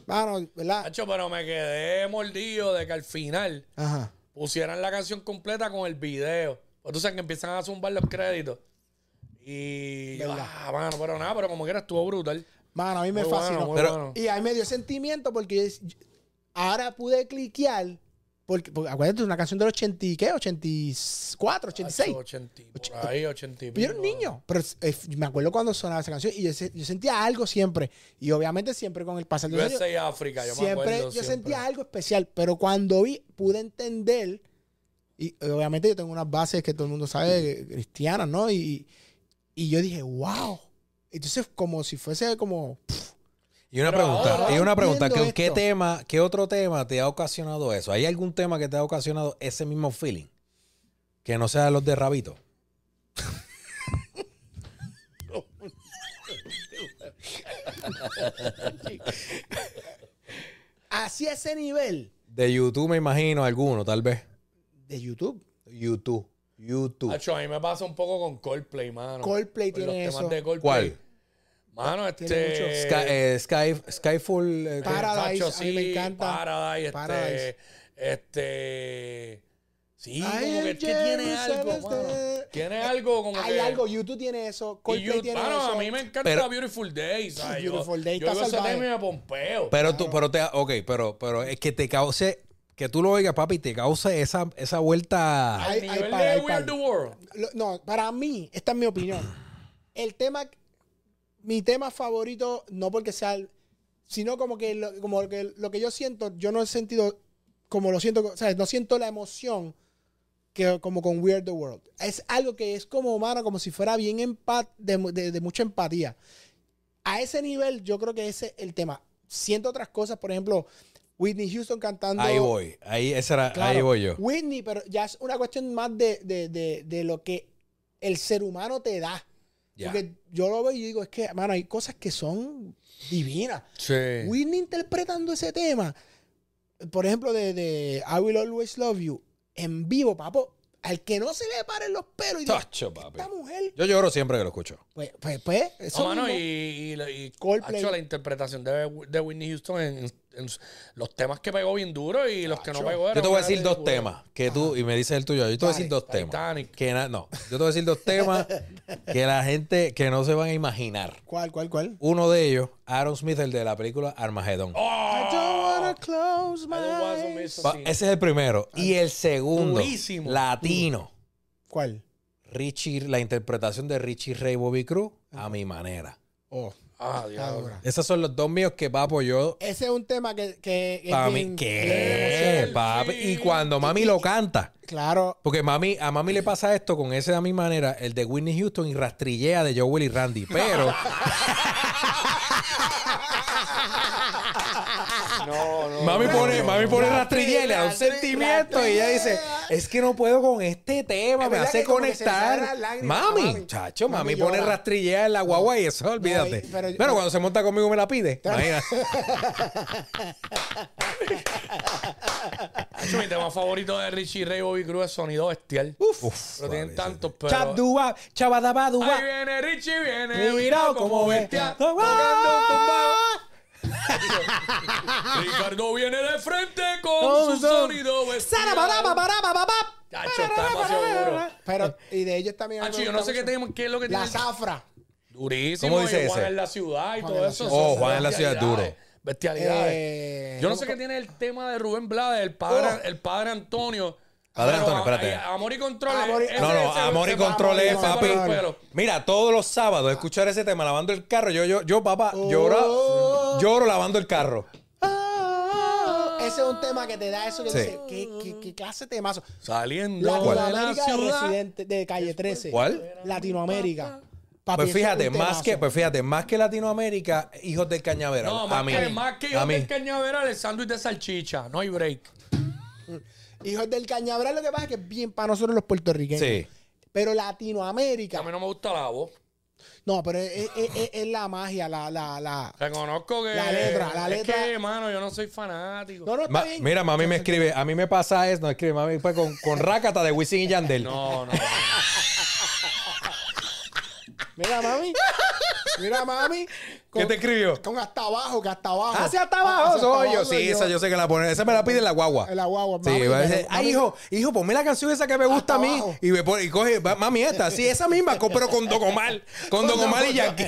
B: mano, ¿verdad?
A: Nacho, pero me quedé mordido de que al final
B: Ajá.
A: pusieran la canción completa con el video. Pues tú sabes que empiezan a zumbar los créditos. Y yo,
B: ¿Verdad?
A: ah, mano, pero nada, pero como quiera estuvo brutal.
B: Mano, a mí me
A: Muy bueno,
B: fascinó.
A: muy
C: Pero-
A: bueno.
B: Y ahí me dio sentimiento porque yo dec- yo- ahora pude cliquear. Porque, porque acuérdate, una canción del 80, y ¿qué? 84, 86.
A: Nacho, 80 y por ahí, 80 y
B: Yo era un
A: pico.
B: niño, pero eh, me acuerdo cuando sonaba esa canción y yo, se- yo sentía algo siempre. Y obviamente siempre con el pasar de los años,
A: USA y África, yo me
B: siempre
A: acuerdo.
B: yo sentía algo especial, pero cuando vi, pude entender, y eh, obviamente yo tengo unas bases que todo el mundo sabe, eh, cristianas, ¿no? Y, y yo dije, wow. Entonces, como si fuese como,
C: Y una
A: Pero
C: pregunta,
A: ahora
C: y una pregunta,
B: entiendo
C: ¿qué, qué
B: esto.
C: tema, qué otro tema te ha ocasionado eso? ¿Hay algún tema que te ha ocasionado ese mismo feeling? Que no sea los de Rabito.
B: así ese nivel
C: De YouTube me imagino alguno, tal vez.
B: de YouTube.
C: YouTube. YouTube.
A: Nacho, a mí me pasa un poco con Coldplay, mano.
B: Coldplay
A: Con
B: tiene
A: los
B: eso.
A: temas de Coldplay.
C: ¿Cuál?
A: Mano, este.
B: Tiene mucho.
C: Sky- eh, Sky- Skyfall. eh,
B: Para- Paradise,
A: Nacho,
B: a mí me encanta.
A: Paradise, este.
B: Paradise.
A: Este. Sí,
B: Ay,
A: como que es que tiene
B: Jerusalem
A: algo, mano.
B: está-
A: Tiene algo como
B: Hay
A: que.
B: algo, YouTube tiene eso,
A: Y
B: Coldplay
A: yo-
B: tiene
A: mano,
B: eso.
A: a mí me encanta
C: Pero-
A: Beautiful Day, ¿sabes? Yo-
B: Beautiful Day
A: yo
B: está
A: digo ese
B: salvaje.
A: tema y me pompeo.
C: Pero tú, pero te, ok, pero, pero es que te cause, que tú lo oigas, papi, te cause esa, esa
B: Ay,
C: vuelta.
A: Al
B: hay- hay
A: nivel
B: par,
A: de
B: hay
A: We
B: par.
A: Are the World.
B: Lo- no, para mí, esta es mi opinión. El tema, mi tema favorito, no porque sea, el- sino como que lo, como que lo que yo siento, yo no he sentido como lo siento, o sea, no siento la emoción que como con Weird the World. Es algo que es como humano, como si fuera bien empat, de, mu- de- de mucha empatía. A ese nivel, yo creo que ese es el tema. Siento otras cosas, por ejemplo, Whitney Houston cantando.
C: Ahí voy. Ahí, esa era-
B: Claro,
C: ahí voy yo.
B: Whitney, pero ya es una cuestión más de, de- de- de lo que el ser humano te da.
C: Ya.
B: Porque yo lo veo y digo, es que, mano, hay cosas que son divinas.
A: Sí.
B: Whitney interpretando ese tema, por ejemplo, de, de I Will Always Love You, en vivo, papo, al que no se le paren los pelos y dice,
C: Tacho, papi.
B: esta mujer,
C: Yo lloro siempre que lo escucho.
B: pues, pues, pues, eso
A: No, mano, y,
B: mismo.
A: y, y-
B: Coldplay.
A: hacho, la interpretación de, de Whitney Houston en, en los temas que pegó bien duro y los que no pegó.
C: Yo
A: eran
C: te voy a
A: una
C: decir dos
A: ridícula.
C: temas que tú, y me dices el tuyo. Yo te voy a decir dos temas.
A: Titanic.
C: Que na- no, yo te voy a decir dos
A: [LAUGHS]
C: temas que la gente que no se van a imaginar.
B: ¿Cuál, cuál, cuál?
C: Uno de ellos, Aaron Smith, el de la película Armagedón.
A: Oh,
B: I don't wanna close my
A: Ah. I don't want to
B: eyes.
A: miss a
C: Pa-
A: scene.
C: Ese es el primero. Y el segundo,
A: Ah, Durísimo.
C: latino.
B: ¿Cuál?
C: Richie, la interpretación de Richie Ray Bobby Cruz a mi manera.
B: Oh,
A: Ah,
B: está
A: diablo.
B: dura.
C: Esos son los dos míos que papo yo.
B: Ese es un tema que... que que
C: Para
B: es
C: mí,
B: bien-
C: ¿qué?
A: sí.
C: papi? Y cuando mami lo canta.
B: Claro,
C: Porque mami, a mami le pasa esto con ese a mi manera, el de Whitney Houston y rastrillea de Joel y Randy.
A: [LAUGHS]
C: Pero
D: No, no.
C: mami
D: no,
C: pone,
D: no,
C: mami
D: no.
C: pone rastrillea y le da un
B: Rastri-
C: sentimiento y ella dice, es que no puedo con este tema,
B: Es
C: me
B: verdad
C: hace
B: que como que se le salen
C: conectar.
B: las lágrimas a
C: Mami,
B: mami.
C: chacho,
B: Mami
C: mami pone
B: llora.
C: rastrillea en la guagua y eso, olvídate.
B: y-
C: pero
B: pero-
C: cuando se monta conmigo me la pide. Imagina.
B: [LAUGHS]
A: Hacho, mi tema favorito de Richie Ray Bobby Cruz es sonido bestial.
B: Uh,
C: Uf,
A: Pero tienen
C: vale,
A: tantos, pero.
C: Chabdua, chabadabadua.
A: Ahí viene Richie, viene.
C: Mirao
A: Mirado
C: como
A: como
C: bestia.
B: Ah. [LAUGHS]
A: bestia. Tocando un tumbao. Ricardo viene de frente con su sonido bestial. Chacho, está demasiado duro.
B: pero... Y de ellos también... a mí
A: Hacho,
B: me
A: yo no
B: gusta
A: sé qué,
B: mucho.
A: tema- qué es lo que
B: La
A: tiene.
B: zafra.
A: Durísimo.
C: ¿Cómo dice
A: y Juan
C: ese?
A: en la ciudad y
B: Juan en
A: todo
B: la
A: eso.
B: ciudad.
A: son
C: Oh, Juan en la ciudad es duro.
A: bestialidades, Bestialidades.
B: Eh,
A: Yo no sé qué tiene el tema de Rubén Blades, el padre, el padre Antonio.
C: Oh. Padre
A: Pero
C: Antonio,
A: a-
C: espérate.
A: a- Amor y control.
B: Amor y-
A: ese-
C: No, no,
A: ese-
C: amor y
A: ese-
C: control es,
A: ese- ese-
C: papi.
A: ese- pero-
C: Mira, todos los sábados escuchar ese tema lavando el carro. Yo, yo, yo, papá,
B: Oh.
C: lloro, lloro lavando el carro.
B: Ese es un tema que te da eso que
C: Sí.
B: dice, ¿qué, qué, qué clase de temazo?
A: Saliendo de la
B: Latinoamérica de
A: ciudad.
B: Residente de Calle 13.
C: ¿Cuál?
B: Latinoamérica. Papi,
C: Pues
B: ese es
C: fíjate,
B: un
C: más
B: temazo.
C: que, pues fíjate, más que Latinoamérica, hijos del cañaveral.
A: No,
C: a
A: más
C: mí,
A: que, más que
C: a
A: yo
C: mí.
A: del cañaveral, el sándwich de salchicha. No hay break.
B: Hijos del Cañaveral, lo que pasa es que es bien para nosotros los puertorriqueños.
C: Sí.
B: Pero
A: A mí
B: Latinoamérica.
A: no me gusta la voz.
B: No, pero es, es- es- es la magia, la, la, la.
A: Reconozco que.
B: La letra, la
A: Es
B: letra.
A: que, hermano, yo no soy fanático.
B: No, no, está
C: Ma-
B: bien.
C: mira, mami me escribe, a mí me pasa eso, no escribe, mami, pues con, con rácata de Wisin y
B: [LAUGHS]
C: Yandel.
A: No, no.
B: Mira, mami. Mira, mami.
C: ¿Qué te escribió?
B: Con hasta abajo, que hasta abajo.
C: Hacia hasta
B: Ah,
C: abajo
B: hacia
C: soy
B: hasta
C: yo.
B: abajo
C: Sí, esa yo sé que la pone. Esa me la pide en la guagua.
B: En la guagua,
C: Sí,
B: mami,
C: va a
B: pero-
C: decir, ay,
B: mami-
C: hijo, hijo, ponme la canción esa que me gusta a mí.
B: abajo.
C: Y me pone, y coge, va, mami, esta, sí, esa misma, co- pero con Docomal. Con Docomal y Yankee.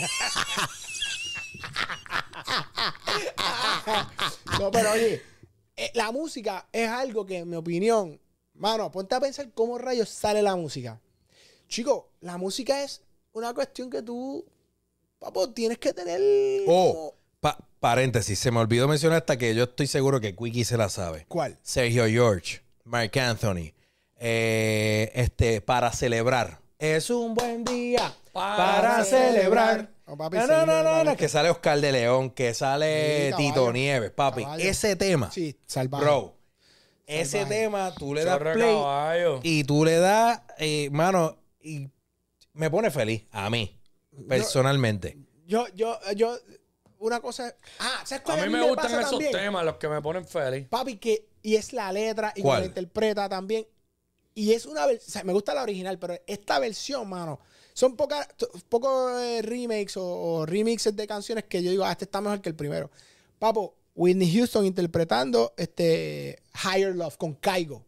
B: No, pero oye, eh, la música es algo que, en mi opinión, mano, ponte a pensar cómo rayos sale la música. Chico, la música es una cuestión que tú, papo, tienes que tener.
C: Oh,
B: como-
C: pa- paréntesis, se me olvidó mencionar hasta que yo estoy seguro que Quickie se la sabe.
B: ¿Cuál?
C: Sergio George, Mark Anthony, eh, este, para celebrar. Es un buen día
A: Para
C: para, celebrar.
B: Oh, papi,
C: Na, na,
B: Sergio,
C: na, na,
B: la
C: na,
B: leche.
C: que sale Oscar de León, que sale
B: Sí, caballo.
C: Tito Nieves, papi.
B: Caballo.
C: Ese tema,
B: Sí, salvaje.
C: bro, ese
B: Salvaje.
C: tema tú le das
A: Chorro de
C: play
A: caballo.
C: y tú le das, eh, mano, y me pone feliz a mí, personalmente.
B: Yo, yo, yo, una cosa. Ah, ¿sabes
A: A
B: cuál
A: mí me
B: pasa
A: gustan esos
B: también?
A: temas, los que me ponen feliz.
B: Papi, que, y es la letra y que
C: ¿Cuál?
B: la interpreta también. Y es una versión, o sea, me gusta la original, pero esta versión, mano, son pocas- t- pocos eh, remakes o, o remixes de canciones que yo digo, ah, este está mejor que el primero. Papo, Whitney Houston interpretando este Higher Love con Caigo.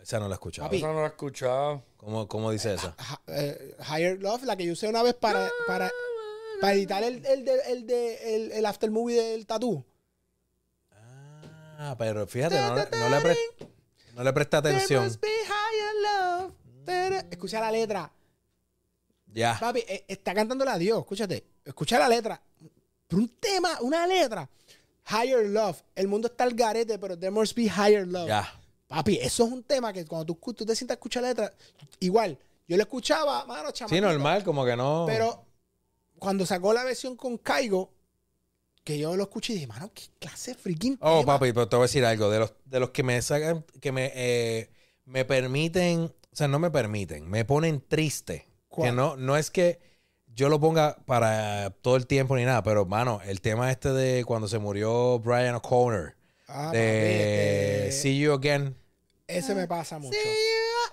C: Esa no la he escuchado.
B: Papi. Ah,
A: Eso no lo he escuchado.
C: ¿Cómo, cómo dice esa?
B: Ja- eh, Higher Love, la que yo usé una vez para, para, para editar el, el, de- el, de- el- el after movie del tatú.
C: Ah, pero fíjate, no, le- no le, pre- no le presta atención.
B: Escucha la letra.
C: Ya.
B: Papi, eh, está cantándola a Dios, escúchate. Escucha la letra. Pero un tema, una letra. Higher Love. El mundo está al garete, pero there must be higher love.
C: Ya.
B: Papi, eso es un tema que cuando tú, escu- tú te sientas a escuchar la letra, igual, yo lo escuchaba, mano,
C: Sí,
B: chamaquito,
C: normal, como que no.
B: Pero cuando sacó la versión con Caigo, que yo lo escuché y dije, mano, qué clase de freaking
C: Oh,
B: tema.
C: papi, pero te voy a decir algo. De los, de los que me sacan, que me, eh, me permiten, o sea, no me permiten, me ponen triste.
B: ¿Cuál?
C: Que no, no es que yo lo ponga para todo el tiempo ni nada, pero, mano, el tema este de cuando se murió Brian O'Connor,
B: Ah, papi,
C: de
B: este,
C: See You Again.
B: Ese me pasa mucho.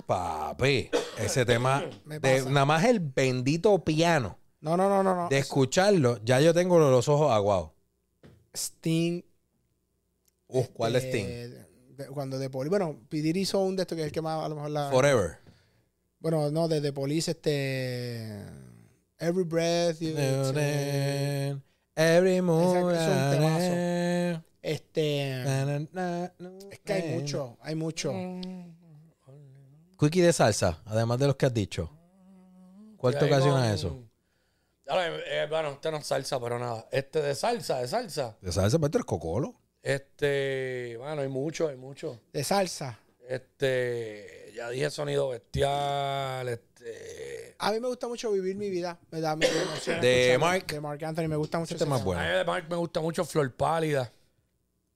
C: Papi, ese tema,
B: [LAUGHS] Me
C: de-
B: pasa. Ah,
C: nada más el bendito piano,
B: No, no, no, no, no.
C: de escucharlo, ya yo tengo los ojos aguados.
B: Sting.
C: Uh, ¿cuál es
B: eh,
C: Sting?
B: de- cuando de Police. Bueno, Pidir hizo un de estos que es el que más a lo mejor la.
C: Forever.
B: Bueno, no, de The Police, este. Every breath you. Este.
C: Every move.
B: es un temazo.
C: Es
B: este, Es que hay mucho, hay mucho.
C: Quickie de salsa, además de los que has dicho. ¿Cuál te
A: Y ahí
C: ocasiona
A: con-
C: eso?
A: Dale, eh, bueno, este no es salsa, pero nada. Este de salsa, de salsa.
C: De salsa, pero el cocolo.
A: Este, bueno, hay mucho, hay mucho.
B: De salsa.
A: Este, ya dije sonido bestial, este...
B: A mí me gusta mucho vivir mi vida. Me da, me emociona
C: De
B: escucharlo.
C: Mark.
B: De Mark Anthony. Me gusta mucho
C: Ese tema Este es
B: tema.
A: A mí
C: bueno.
A: de Mark me gusta mucho Flor Pálida.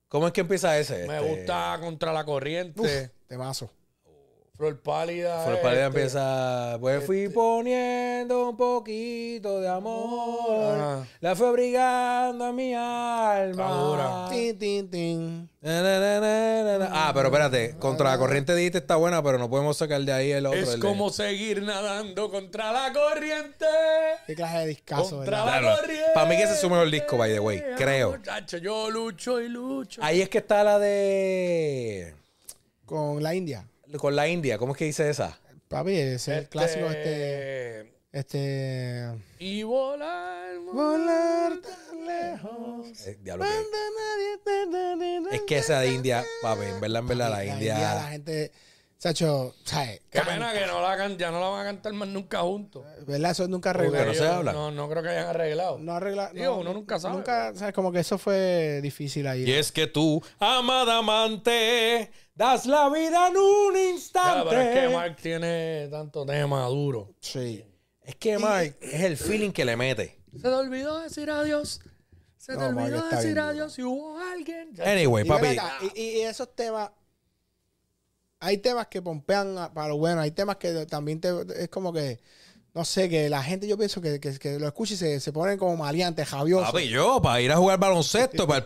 C: ¿Cómo es que empieza ese?
A: Me
C: Este,
A: gusta Contra la Corriente.
B: Uf, temazo.
A: Flor Pálida.
C: Flor Pálida
A: este,
C: empieza. Pues fui poniendo un poquito de amor.
A: Ah.
C: La fue brigando a mi alma.
A: Está dura.
B: Tin, tin, tin.
C: Na, na, na, na, na, na. Ah, pero espérate. Contra la corriente dijiste está buena, pero no podemos sacar de ahí el otro.
A: Es
C: el de-
A: como seguir nadando contra la corriente.
B: Qué clase de discazo,
A: Contra
B: ¿verdad?
A: la
C: Claro.
A: corriente.
C: Para mí que ese es su mejor disco, by the way, creo.
A: Muchacho, yo lucho y lucho.
C: Ahí es que está la de.
B: Con la India.
C: Con la India. ¿Cómo es que dice esa?
B: Papi, ese es el
A: Este,
B: clásico este. Este.
A: Y volar.
B: Volar tan lejos.
C: Eh, diablo, que- Es que esa de India, papi, en verdad, en verdad, la
B: La
C: India.
B: gente. Sacho, ¿sabes?
A: Qué pena que no la can, ya no la van a cantar más nunca juntos.
B: ¿Verdad? Eso nunca
C: Porque
B: arregló.
C: no se habla.
A: No, no creo que hayan arreglado.
B: No arregla.
A: Digo,
B: no,
A: uno nunca sabe.
B: Nunca, ¿sabes? Como que eso fue difícil ahí.
C: Y es que tú, amada amante, das la vida en un
A: Ya,
C: instante.
A: pero es que Mark tiene tanto tema duro.
B: Sí.
C: Es que Mark es el feeling que le mete.
A: Se te olvidó decir adiós. Se te
B: No, Mark,
A: olvidó
B: está bien
A: decir
B: duro.
A: adiós si hubo alguien.
C: Anyway,
B: Y, ven
C: papi.
B: acá, y- y- y esos temas. Hay temas que pompean a- para lo bueno. Hay temas que también te, es como que. No sé, que la gente yo pienso que, que- que lo escucha y se, se ponen como maleantes, javiosos.
C: Papi, yo, para ir a jugar baloncesto, para el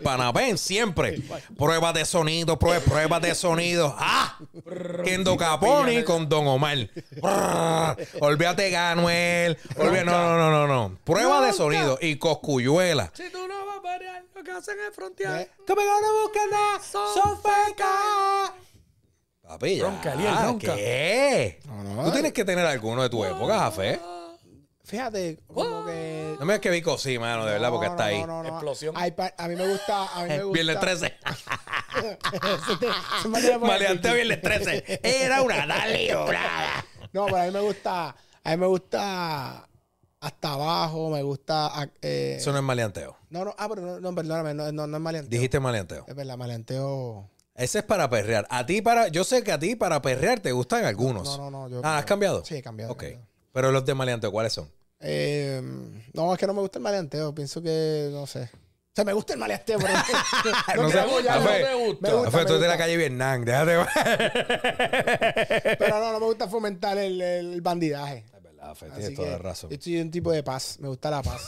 B: [LAUGHS]
C: Panamén, siempre. Pruebas de sonido, prue- pruebas de sonido. ¡Ah! Kendo Caponi con Don Omar. Brrr. Olvídate Ganuel. Olvídate, no, no, no, no, no. Prueba de sonido y coscuyuela.
A: Si tú no vas a variar, lo que hacen es
B: ¿eh?
A: frontear.
C: Que me gana buscando, son feca. Papi, ya.
A: Ronca, Eliel, ronca.
C: ¿Qué?
B: No, no.
C: Tú tienes que tener alguno de tu época, Jafé.
B: Fíjate, como que.
C: No me digas que Vico sí, mano, de verdad, porque
B: no,
C: está
B: no,
C: ahí.
B: no, no.
A: Explosión.
B: Hay pa- a mí me gusta. A mí me gusta.
C: [LAUGHS] Viernes 13.
B: Eso te-
C: Ah.
B: eso me tiene por el
C: Maleanteo
B: piqui.
C: viernes 13. Era una dale orada.
B: No, pero a mí me gusta. A mí me gusta. Hasta abajo, me gusta. eh,
C: Eso no es maleanteo.
B: No, no, ah, pero no, no, perdóname, no, no, no es maleanteo.
C: Dijiste maleanteo.
B: Es verdad, maleanteo.
C: Ese es para perrear. A ti para, yo sé que a ti para perrear te gustan algunos.
B: No, no, no. Yo,
C: Ah, ¿has cambiado?
B: Sí, he cambiado, he
C: Ok.
B: cambiado.
C: Pero los de maleanteo, ¿cuáles son?
B: Eh, no, es que no me gusta el maleanteo. Pienso que, no sé. O sea, me gusta el maleanteo, pero. no,
C: [LAUGHS] No sé,
B: quiero apoyarlo,
C: Rafael,
A: te gusta.
B: Me gusta,
C: Rafael, tú
B: me
C: eres de la
B: gusta.
C: calle Vietnam, déjate. [LAUGHS]
B: Pero no, no me gusta fomentar el, el bandidaje.
C: Es verdad, Rafael,
B: Así
C: tienes
B: que
C: toda la razón.
B: Yo soy un tipo de paz. Me gusta la
C: [LAUGHS]
B: paz.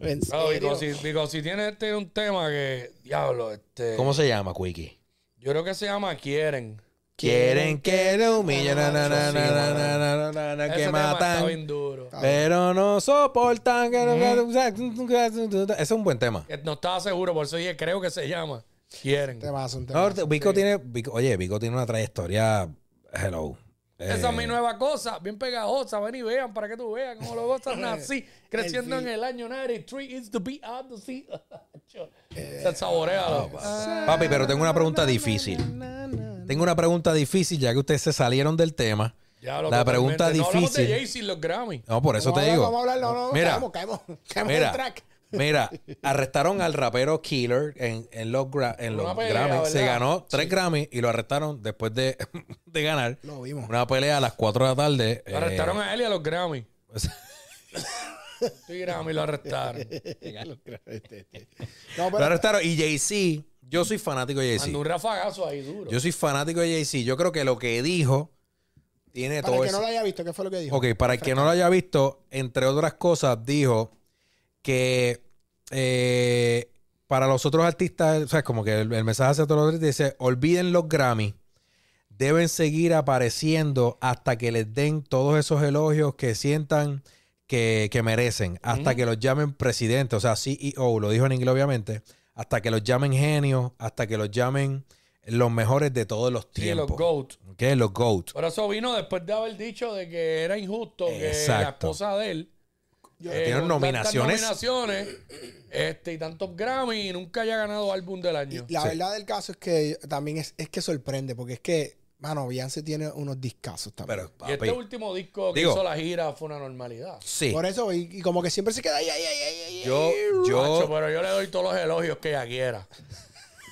B: En
A: No, Vico,
B: serio.
A: si, Vico, si tiene este un tema que, diablo, este.
C: ¿Cómo se llama, Quickie?
A: Yo creo que se llama Quieren.
C: Quieren que lo humillen, na, na, na, na, na, na, na, na, na,
A: Ese
C: que
A: tema está
C: matan,
A: bien duro.
C: pero no soportan. que no- [LAUGHS] Ese es un buen tema.
A: Que No estaba seguro, por eso dije, creo que se llama Quieren.
B: Temazo, un
C: No,
B: temazo.
C: Vico tiene, Vico- oye, Vico tiene una trayectoria, hello.
A: Esa
C: Eh,
A: es mi nueva cosa, bien pegajosa. Ven y vean para que tú veas cómo lo
C: [LAUGHS]
A: gozas. Nací creciendo en el año 93. It's the beat of the sea. [LAUGHS]
C: Eh,
A: Se
C: ah,
A: saborea.
C: Papi, pero tengo una pregunta difícil. Tengo una pregunta difícil, ya que ustedes se salieron del tema. La pregunta
A: No hablamos de
C: difícil.
A: Jay-Z y los Grammy.
C: No, por eso
B: Vamos a
C: te
B: hablar,
C: digo.
B: Vamos a hablar, no, no,
C: Mira,
B: caemos, caemos, caemos en el
A: [LAUGHS]
C: Mira,
B: track.
C: mira, arrestaron al rapero Killer en, en los, gra- en
A: Una
C: los
A: pelea,
C: Grammys. Se
A: ¿verdad?
C: ganó tres Grammys y lo arrestaron después de, [LAUGHS] de ganar
B: Lo vimos.
C: una pelea a las 4 de la tarde. eh,
A: Lo arrestaron a él y a los Grammy. Sí, Grammy lo arrestaron.
B: No,
C: [LAUGHS] Lo
B: pero
C: arrestaron. Y Jay-Z, yo soy fanático de Jay-Z.
A: Mandó un rafagazo ahí duro.
C: Yo soy fanático de Jay-Z. Yo creo que lo que dijo tiene
B: para
C: todo
B: el que
C: ese-
B: no lo haya visto, ¿qué fue lo que dijo?
C: Ok, para el que no lo haya visto, entre otras cosas, dijo que eh, para los otros artistas, o sea, como que el, el mensaje hacia todos los artistas dice, olviden los Grammy, deben seguir apareciendo hasta que les den todos esos elogios que sientan que, que merecen, hasta que los llamen presidente, o sea, CEO, lo dijo en inglés obviamente, hasta que los llamen genios, hasta que los llamen los mejores de todos los
A: Sí, los
C: tiempos.
A: GOAT.
C: ¿ok? Los GOAT.
A: Por eso vino después de haber dicho de que era injusto que la
C: Exacto.
A: esposa de él eh,
C: Tiene
A: con
C: nominaciones.
A: tantas nominaciones este, y tantos Grammy y nunca haya ganado álbum del año.
B: Y la verdad del caso es que también es, es que sorprende, porque es que, mano, Beyoncé tiene unos discazos también.
C: Pero,
A: y este
C: papi,
A: último disco que
C: Digo-
A: hizo la gira fue una normalidad.
C: sí.
B: Por eso, y, y como que siempre se queda ahí, ahí, ahí, ahí, ahí. [LAUGHS]
C: Yo,
A: Macho,
C: yo,
A: pero yo le doy todos los elogios que ella quiera.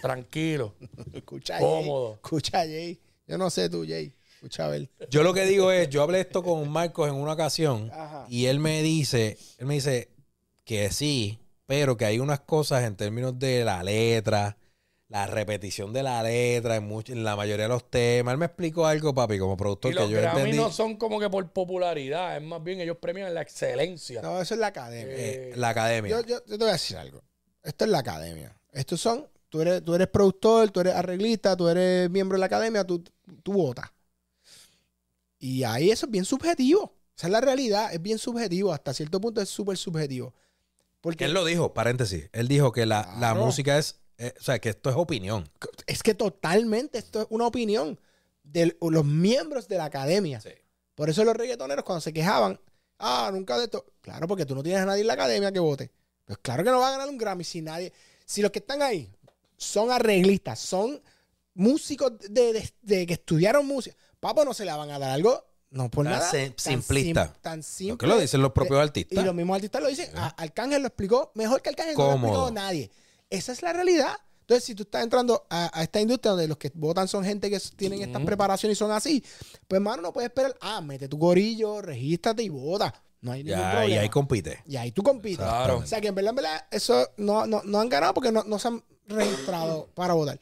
A: Tranquilo.
B: Escucha, Jay.
A: Cómodo.
B: Escucha, Jay. Yo no sé tú, Jay. Escucha, a ver.
C: yo lo que digo es, yo hablé esto con Marcos en una ocasión
B: Ajá.
C: y él me dice, él me dice que sí, pero que hay unas cosas en términos de la letra, la repetición de la letra en, much- en la mayoría de los temas. Él me explicó algo, papi, como productor
A: Y los
C: que yo
A: Grammy
C: entendí.
A: no son como que por popularidad, es más bien ellos premian la excelencia.
B: No, eso es la academia.
C: Eh, la academia.
B: Yo, yo- yo te voy a decir algo. Esto es la academia. Estos son, tú eres, tú eres productor, tú eres arreglista, tú eres miembro de la academia, tú, tú votas. Y ahí eso es bien subjetivo. Esa es la realidad, es bien subjetivo. Hasta cierto punto es súper subjetivo. Porque
C: él lo dijo, paréntesis. Él dijo que la, la
B: Claro.
C: música es, eh, o sea, que esto es opinión.
B: es que totalmente esto es una opinión de los miembros de la academia.
C: Sí.
B: Por eso los reggaetoneros cuando se quejaban, ah, nunca de esto. Claro, porque tú no tienes a nadie en la academia que vote. Pues claro que no va a ganar un Grammy si nadie. Si los que están ahí son arreglistas, son músicos de, de- de que estudiaron música, papo no se le van a dar algo. No por
C: Tan
B: nada.
C: sim-
B: tan
C: simplista.
B: sim- tan
C: Lo
B: simple. Eh,
C: que lo dicen los propios
B: Y
C: artistas.
B: los mismos artistas lo dicen. A- Arcángel lo explicó mejor que Arcángel no lo
C: Cómodo.
B: explicó nadie. Esa es la realidad. Entonces, si tú estás entrando a, a esta industria donde los que votan son gente que tienen estas preparaciones y son así, pues, hermano, no puedes esperar. Ah, mete tu gorillo, regístrate y vota. No hay ningún
C: Ya, y
B: problema.
C: ahí compite.
B: Y ahí tú compites.
A: Claro.
B: O sea, que en verdad, en verdad, eso no, no, no han ganado porque no, no se han registrado para votar.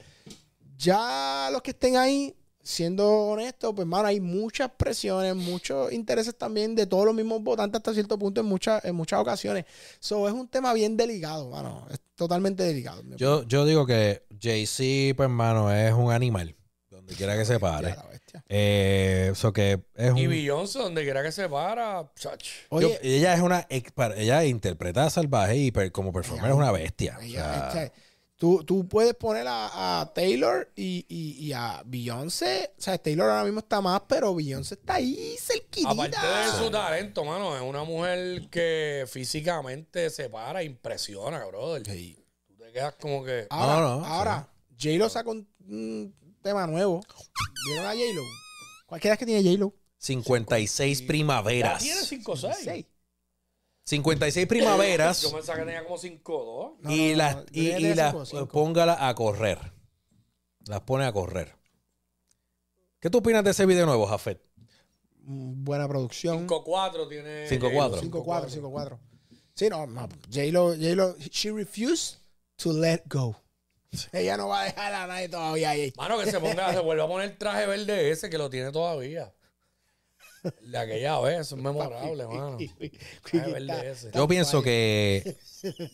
B: Ya los que estén ahí, siendo honestos, pues, hermano, hay muchas presiones, muchos intereses también de todos los mismos votantes hasta cierto punto en muchas, en muchas ocasiones. So, es un tema bien delicado, mano. Es totalmente delicado.
C: Yo, yo digo que Jay-Z, pues, hermano, es un animal. Donde quiera que se pare.
B: Ya, la bestia.
C: Eh, Eso que es
A: Y
C: un.
A: Beyoncé, donde quiera que se para, chach.
C: yo-
B: Oye,
C: ella es una. ex- para- Ella interpreta a Salvaje y per- como performer es una bestia. O
B: Ella,
C: sea,
B: o sea, tú, tú puedes poner a, a Taylor y, y- y a Beyoncé. O sea, Taylor ahora mismo está más, pero Beyoncé está ahí cerquita.
A: Aparte de su talento, mano, es una mujer que físicamente se para, impresiona, brother. Tú te quedas como que.
C: Ah,
B: Ahora,
C: No, no,
B: ahora J-Lo saca un, un tema nuevo. ¿Vieron a J-Lo? ¿Cuál crees que tiene J-Lo?
C: 56
A: Ya
C: primaveras.
A: tiene 5 o 6. [LAUGHS]
C: 56
A: Yo
C: primaveras.
A: pensaba que tenía como 5 o
B: No,
C: y
B: no,
C: las
B: no,
C: y,
B: debería
C: y
B: tener
C: las-
B: cinco, cinco.
C: póngala a correr. Las pone a correr. ¿Qué tú opinas de ese video nuevo, Jafet?
B: Mm, Buena
A: 2.
B: producción.
A: 5 o 4 tiene.
C: Cinco
A: J-Lo.
B: 5-4,
C: cuatro.
B: 5-4. Sí, no, no, J-Lo, J-Lo, she refused to let go. Ella no va a dejar a nadie todavía ahí.
A: Mano, que se ponga, se vuelva a poner el traje verde ese que lo tiene todavía. El De aquella vez, eso es memorable, mano. Traje verde ese.
C: Yo pienso que.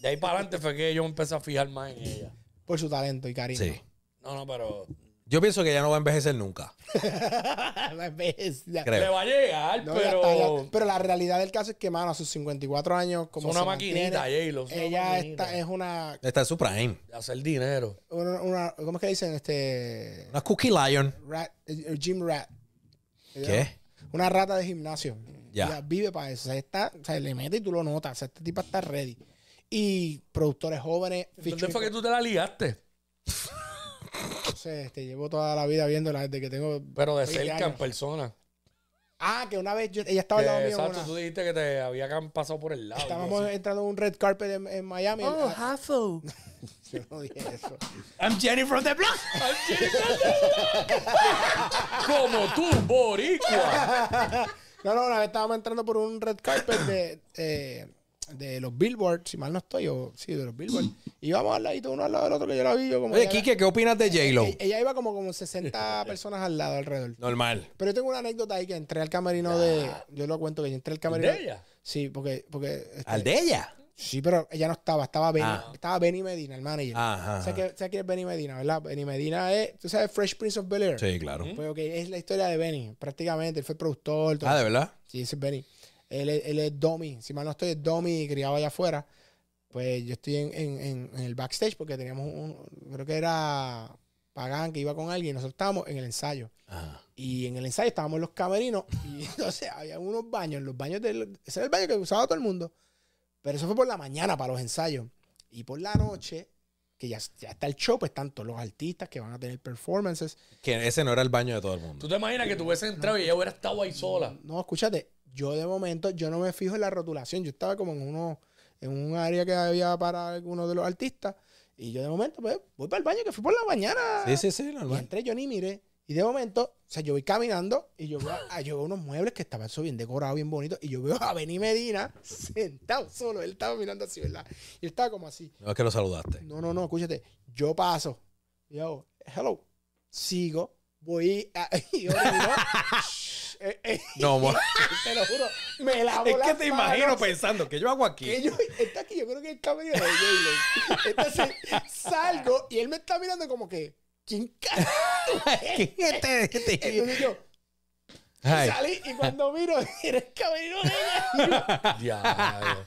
A: De ahí para adelante fue que yo empecé a fijar más en ella.
B: Por su talento y cariño.
C: Sí.
A: No, no, pero.
C: Yo pienso que ya no va a envejecer nunca.
B: [LAUGHS] La bestia.
C: Creo.
A: Le va a llegar,
B: No, ya
A: pero.
B: está, ya- pero la realidad del caso es que, mano, a sus 54 años, como
A: Es una
B: se mantiene,
A: maquinita, J-Lo, es una
B: Ella
A: maquinita.
B: está, es una,
C: Está en su prime.
A: de hacer dinero.
B: una, una- ¿Cómo es que dicen? Este.
C: Una Cookie Lion.
B: Rat, eh, gym rat.
C: ¿Qué?
B: Una rata de gimnasio.
C: Ya.
B: Ella vive para eso. O sea, está, o sea, le mete y tú lo notas. O sea, este tipo está ready. Y productores jóvenes.
A: ¿Dónde
B: featuring-
A: fue que tú te la ligaste?
B: no sé, este, llevo toda la vida viéndola desde que tengo.
A: Pero de
B: 20
A: cerca,
B: años.
A: en persona.
B: Ah, que una vez yo- ella estaba
A: Que,
B: al lado mío. en
A: exacto,
B: una-
A: tú dijiste que te había cam- pasado por el lado.
B: estábamos entrando en un red carpet en, en Miami.
C: Oh,
B: Ah, [LAUGHS] yo no dije eso.
A: I'm Jenny from the block. [LAUGHS] Como tú,
B: [LAUGHS]
A: boricua.
B: No, no, una vez estábamos entrando por un red carpet de, eh, de los Billboard, si mal no estoy, o sí, de los Billboard. Y íbamos al ladito uno al lado del otro, que yo la vi, yo como.
C: Oye,
B: ella-
C: Kike, ¿qué opinas de J-Lo?
B: ella, ella iba como, como
C: [LAUGHS]
B: 60 personas al lado, alrededor.
C: Normal.
B: Pero yo tengo una anécdota ahí que entré al camerino de. Yo lo cuento que yo entré al camerino.
A: ella?
B: Sí, porque. porque este,
C: ¿Al de ella?
B: Sí, pero ella no estaba, estaba Benny,
C: Ah.
B: estaba Benny Medina, el manager.
C: Ajá.
B: ¿Sabes qué- sabes quién es Benny Medina, verdad? Benny Medina es, tú sabes, Fresh Prince of Bel Air.
C: Sí, claro.
B: Pues, ok, es la historia de Benny, prácticamente. Él fue productor. todo
C: ¿Eh? Ah,
B: eso.
C: ¿de verdad?
B: Sí, ese es Benny. Él, es- él es Domi. Si mal no estoy, es Domi y criado allá afuera. Pues yo estoy en, en- en- en el backstage porque teníamos un. Creo que era Pagán que iba con alguien. Nosotros estábamos en el ensayo.
C: Ajá.
B: Y en el ensayo estábamos en los camerinos. Y [LAUGHS] entonces había unos baños. Los baños del, ese era el baño que usaba todo el mundo. Pero eso fue por la mañana para los ensayos. Y por la noche, que ya, ya está el show, pues están todos los artistas que van a tener performances.
C: Que ese no era el baño de todo el mundo.
A: ¿Tú te imaginas que tú hubieses entrado y ella hubiera estado ahí sola?
B: No, escúchate, yo de momento, yo no me fijo en la rotulación. Yo estaba como en uno, en un área que había para algunos de los artistas. Y yo de momento, pues, voy para el baño, que fui por la mañana.
C: Sí, sí, sí,
B: Y
C: normal.
B: entré, yo ni miré. Y de momento, o sea, yo voy caminando y yo veo, ah, yo veo unos muebles que estaban eso bien decorados, bien bonitos. Y yo veo a Benny Medina [LAUGHS] sentado solo. Él estaba mirando así, ¿verdad? Y él estaba como así.
C: No es que
B: [LAUGHS]
C: lo saludaste.
B: No, no, no, escúchate. Yo paso. Yo, hello. Sigo. Voy a... [LAUGHS] y orino. Shh, eh, eh,
C: No, mo-
B: [LAUGHS] te lo juro. Me lavo
C: es que
B: las
C: te
B: manos.
C: imagino pues, pensando que yo hago
B: Que
C: aquí.
B: yo, está aquí, yo creo que él está medio de Jalen. Entonces salgo y él me está mirando como que, ¿quién carajo
C: [LAUGHS]
B: es? este?" Entonces [LAUGHS] yo
C: Ay,
B: salí y cuando miro, [LAUGHS] era el camerino de ella.
A: Diablo.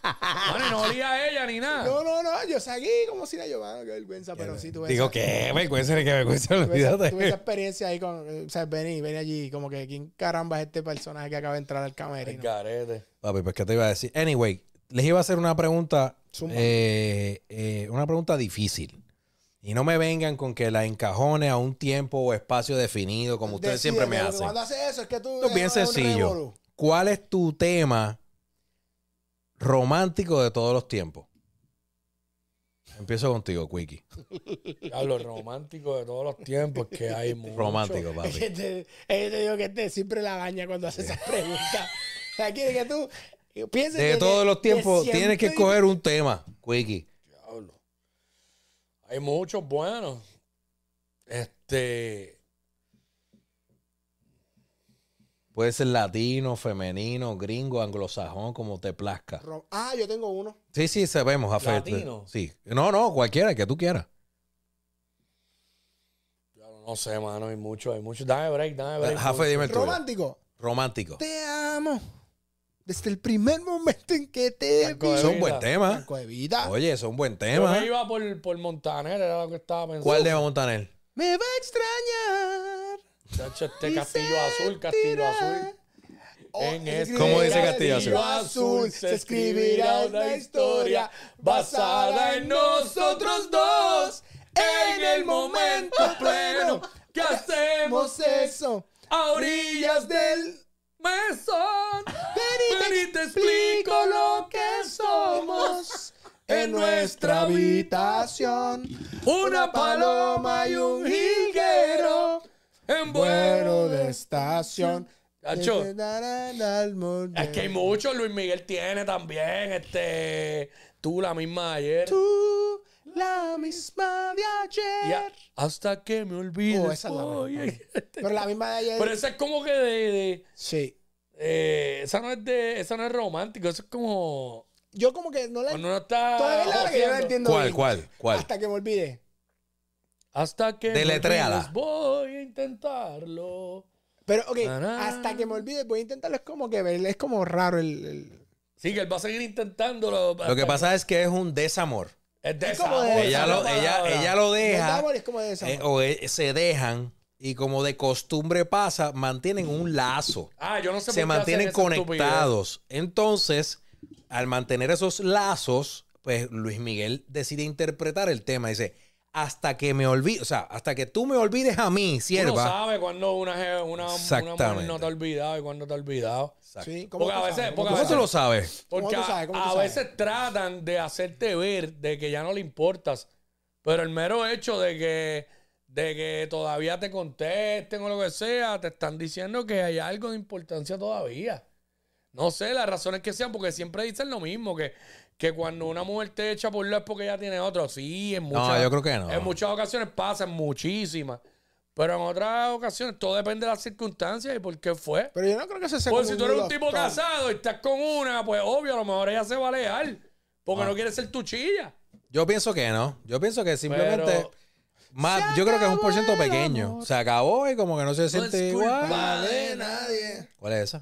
A: Bueno, y no olía a ella ni nada.
B: No, no, no, yo salí como si la llevara, qué vergüenza, pero sí tuve
C: Digo,
B: esa-
C: qué vergüenza, qué vergüenza,
B: Tuve esa, tuve esa
C: olvídate.
B: experiencia ahí con, eh, o sea, vení, vení allí, como que quién caramba es este personaje que acaba de entrar al camerino.
A: Garete.
C: Papi, pues, ¿qué te iba a decir? Anyway, les iba a hacer una pregunta,
B: Zumba.
C: eh, eh, una pregunta difícil. Y no me vengan con que la encajone a un tiempo o espacio definido, como ustedes
B: Decídete,
C: siempre me
B: porque
C: hacen.
B: Cuando haces eso es que tú...
C: Esto es bien
B: eres un
C: sencillo.
B: revolú.
C: ¿Cuál es tu tema romántico de todos los tiempos? Empiezo contigo, Quickie.
A: Diablo, romántico de todos los tiempos que
C: [LAUGHS]
A: hay. mucho.
B: [LAUGHS]
C: Romántico,
B: Es
C: papi.
B: que te, es que te digo que este siempre la daña cuando hace esas preguntas. O sea, quiere que tú pienses
C: De
B: que-
C: todos los
B: que
C: tiempos,
B: siempre-
C: tienes que escoger un tema, Quickie.
A: Diablo. Hay muchos buenos. Este.
C: Puede ser latino, femenino, gringo, anglosajón, como te plazca.
B: Ro- Ah, yo tengo uno.
C: Sí, sí, sabemos, Jafé.
A: ¿Latino?
C: Sí. No, no, cualquiera, el que tú quieras.
A: diablo, no sé, mano. Hay muchos, hay muchos. Dame break, dame break.
C: Ah, Jafé, dime el tuyo.
B: Romántico.
C: Romántico.
B: Te amo. Desde el primer momento en que te
A: Franco
B: vi.
A: de
C: Eso es un buen
A: vida.
C: tema.
B: Franco de vida.
C: Oye, eso es un buen
A: Yo
C: tema.
A: me iba por, por Montaner, era lo que estaba pensando.
C: ¿Cuál de Montaner?
B: Me va a extrañar.
A: Chacho, este
B: y Oh,
A: Castillo Azul, Castillo
B: sentirá.
A: Azul. En
B: se
A: este
C: ¿Cómo dice Castillo Azul?
B: azul se escribirá una historia basada en nosotros dos en el [LAUGHS] momento pleno
A: que hacemos
B: hacemos eso
A: a orillas del mesón.
B: ven y te explico lo que somos en nuestra habitación
A: Una paloma y un jilguero en
B: vuelo
A: vuelo
B: de
A: de... este.
B: estación
A: Nacho.
B: Te darán al
A: Es que hay
B: volver.
A: muchos, Luis Miguel tiene también, este... Tú la misma ayer.
B: tú la misma de
A: Y a-
B: ayer
A: hasta que me olvides.
B: Oh, esa es la
A: voy a-
B: mejor. pero la misma de ayer
A: Pero esa es como que de... de-
B: sí
A: eh, esa no es de... Esa no es romántico, eso es como...
B: yo como que no la
A: Cuando uno está...
B: Todavía es la que yo no
A: joseando.
B: entiendo.
C: ¿Cuál,
B: bien.
C: cuál, cuál?
B: Hasta que me olvide.
A: Hasta que... me
C: Deletréala.
A: olvides, Voy a intentarlo.
B: Pero, ok,
A: Tarán.
B: hasta que me olvide, voy a intentarlo. Es como que ver- es como raro el. el-
A: Sí, que él va a seguir intentándolo.
C: Lo que pasa es que es un desamor.
A: Es de
B: Es como de-
C: Ella lo, ella, ella lo
B: ¿Verdad,
C: deja
B: amor? es como de esa.
C: eh, o eh, se dejan y como de costumbre pasa, mantienen un lazo.
A: Ah, yo no sé
C: Se
A: por qué hacen
C: mantienen
A: esa estupidez.
C: conectados. Entonces, al mantener esos lazos, pues Luis Miguel decide interpretar el tema. Dice, hasta que me olvide, o sea, hasta que tú me olvides a mí,
A: Tú no
C: sierva.
A: sabes cuándo una, je- una, una mujer
C: Exactamente.
A: no te ha olvidado y cuándo te ha olvidado.
C: Exacto.
B: sí, ¿cómo
A: Porque
B: tú
A: a veces-
B: sabes?
A: porque
C: ¿Cómo tú lo sabes?
A: Porque
B: tú
A: a-
B: sabes? ¿Cómo tú
A: a
B: sabes?
A: veces tratan de hacerte ver de que ya no le importas. Pero el mero hecho de que, de que todavía te contesten o lo que sea, te están diciendo que hay algo de importancia todavía. No sé las razones que sean, porque siempre dicen lo mismo, que, que cuando una mujer te echa por la es porque ya tiene otro. Sí, en
C: No,
A: muchas,
C: yo creo que no.
A: en muchas ocasiones pasan muchísimas. Pero en otras ocasiones todo depende de las circunstancias y por qué fue.
B: Pero yo no creo que eso sea.
A: Pues
B: como
A: si tú eres un
B: love
A: tipo
B: story.
A: casado y estás con una, pues obvio, a lo mejor ella se va a alejar.
C: Ah.
A: Porque no quiere ser tu chilla.
C: Yo pienso que no. Yo pienso que simplemente.
A: Pero-
C: más, yo creo que es un por ciento pequeño. Se acabó y como que no se siente
A: es
C: igual.
A: culpa de
B: nadie.
C: ¿Cuál es esa?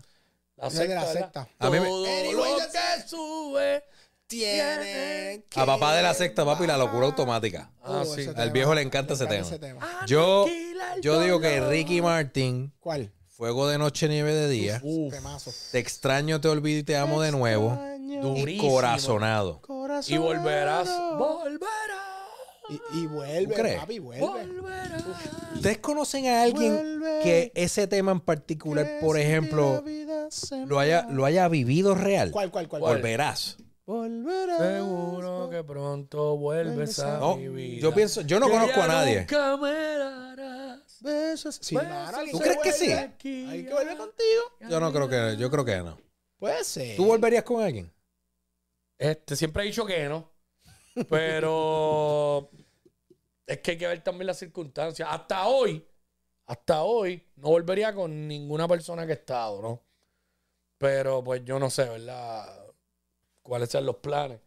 A: La
B: Esa es de la
A: ¿verdad?
B: secta.
C: A mí me-
A: Todo
B: Anyway,
A: lo
B: that's-
A: que sube.
B: Tiene
C: A papá de la sexta, papi, la locura automática.
B: Uh,
A: Ah, sí.
C: Al viejo le encanta ese tema.
B: tema.
C: Yo,
A: Aniquila el
C: yo digo que
A: dolor.
C: Ricky Martin,
B: ¿Cuál?
C: Fuego de Noche, Nieve de Día,
A: Uf,
B: Temazo.
C: Te extraño, te olvido y te amo de nuevo. Y
A: durísimo.
C: corazonado.
A: Y volverás. Volverás.
B: Y, y vuelve,
C: ¿Tú crees?
B: papi, vuelve.
A: Volverás.
C: ¿Ustedes conocen a alguien que ese tema en particular, por ejemplo, lo haya, lo haya vivido real?
B: ¿Cuál, cuál, cuál? cuál?
C: Volverás.
A: Seguro que pronto vuelves a
C: No,
A: mi vida.
C: yo pienso, yo no
A: Que
C: conozco
A: ya
C: a nadie.
A: Nunca me darás.
B: Sí,
A: Pues,
B: mano,
A: besos
B: ¿tú
A: de
B: crees que sí?
A: aquí.
B: Hay que vuelve contigo.
C: Yo no creo que, yo creo que no.
B: Puede ser.
C: ¿Tú volverías con alguien?
A: Este, siempre he dicho que
B: [LAUGHS]
A: no. Pero es que hay que ver también las circunstancias. Hasta hoy, hasta hoy, no volvería con ninguna persona que he estado, ¿no? Pero pues yo no sé, ¿verdad? ¿Cuáles son los planes?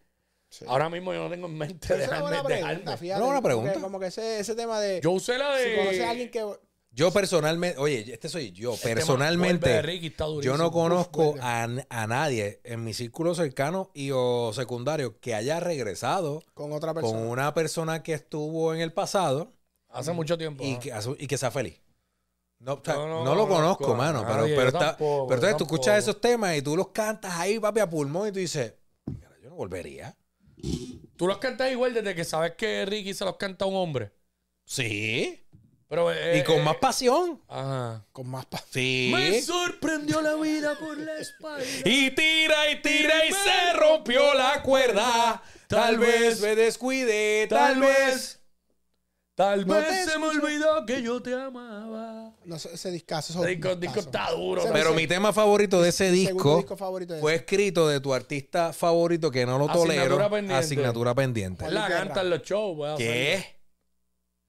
B: Sí.
A: Ahora mismo yo no tengo en mente
B: Pero esa es una
A: dejarme,
B: buena pregunta,
A: dejarme.
B: fíjate.
C: No, una
B: como
C: pregunta.
B: que- Como que ese, ese tema de...
A: Yo usé la
B: si conoces a
A: de...
B: alguien que...
C: Yo personalmente, oye, este soy yo,
A: Este vuelve de
C: personalmente,
A: Ricky, está
C: yo
A: durísimo. pues,
C: no conozco
B: vuelve.
C: a, a nadie en mi círculo cercano y o secundario que haya regresado
B: Con otra
C: con
B: persona.
C: una persona que estuvo en el pasado
A: Hace mucho tiempo.
C: y
A: ¿no?
C: que, y que sea feliz. No, o sea,
A: Yo no
C: no lo
A: conozco
C: conozco,
A: a
C: mano, pero,
A: nadie,
C: pero,
A: yo
C: está-
A: tampoco,
C: pero entonces tú
A: yo
C: escuchas
A: tampoco.
C: esos temas y tú los cantas ahí, papi, a pulmón y tú dices, "Mira, yo no volvería.
A: Tú los cantas igual desde que sabes que Ricky se los canta a un hombre.
C: Sí.
A: Pero, eh,
C: y con
A: eh,
C: más pasión.
A: Ajá.
B: Con más... pa-
C: Sí.
A: Me sorprendió la vida por la espalda.
C: Y tira y tira y se rompió la cuerda. Tal vez me descuidé, tal vez.
A: Tal
B: No
A: vez
B: te
A: Pues se me
B: escucho.
A: olvidó que yo te amaba.
B: No sé, ese discazo. esos
A: El disco, el disco
B: discazos.
A: está duro.
B: Se-
C: Pero
B: se-
C: mi tema favorito de ese
B: Segundo
C: disco
B: disco favorito de
C: fue
B: ese.
C: escrito de tu artista favorito que no lo
A: Asignatura
C: tolero.
A: pendiente. pues,
C: Asignatura pendiente.
A: la canta en los shows. voy a hacerlo.
C: ¿Qué?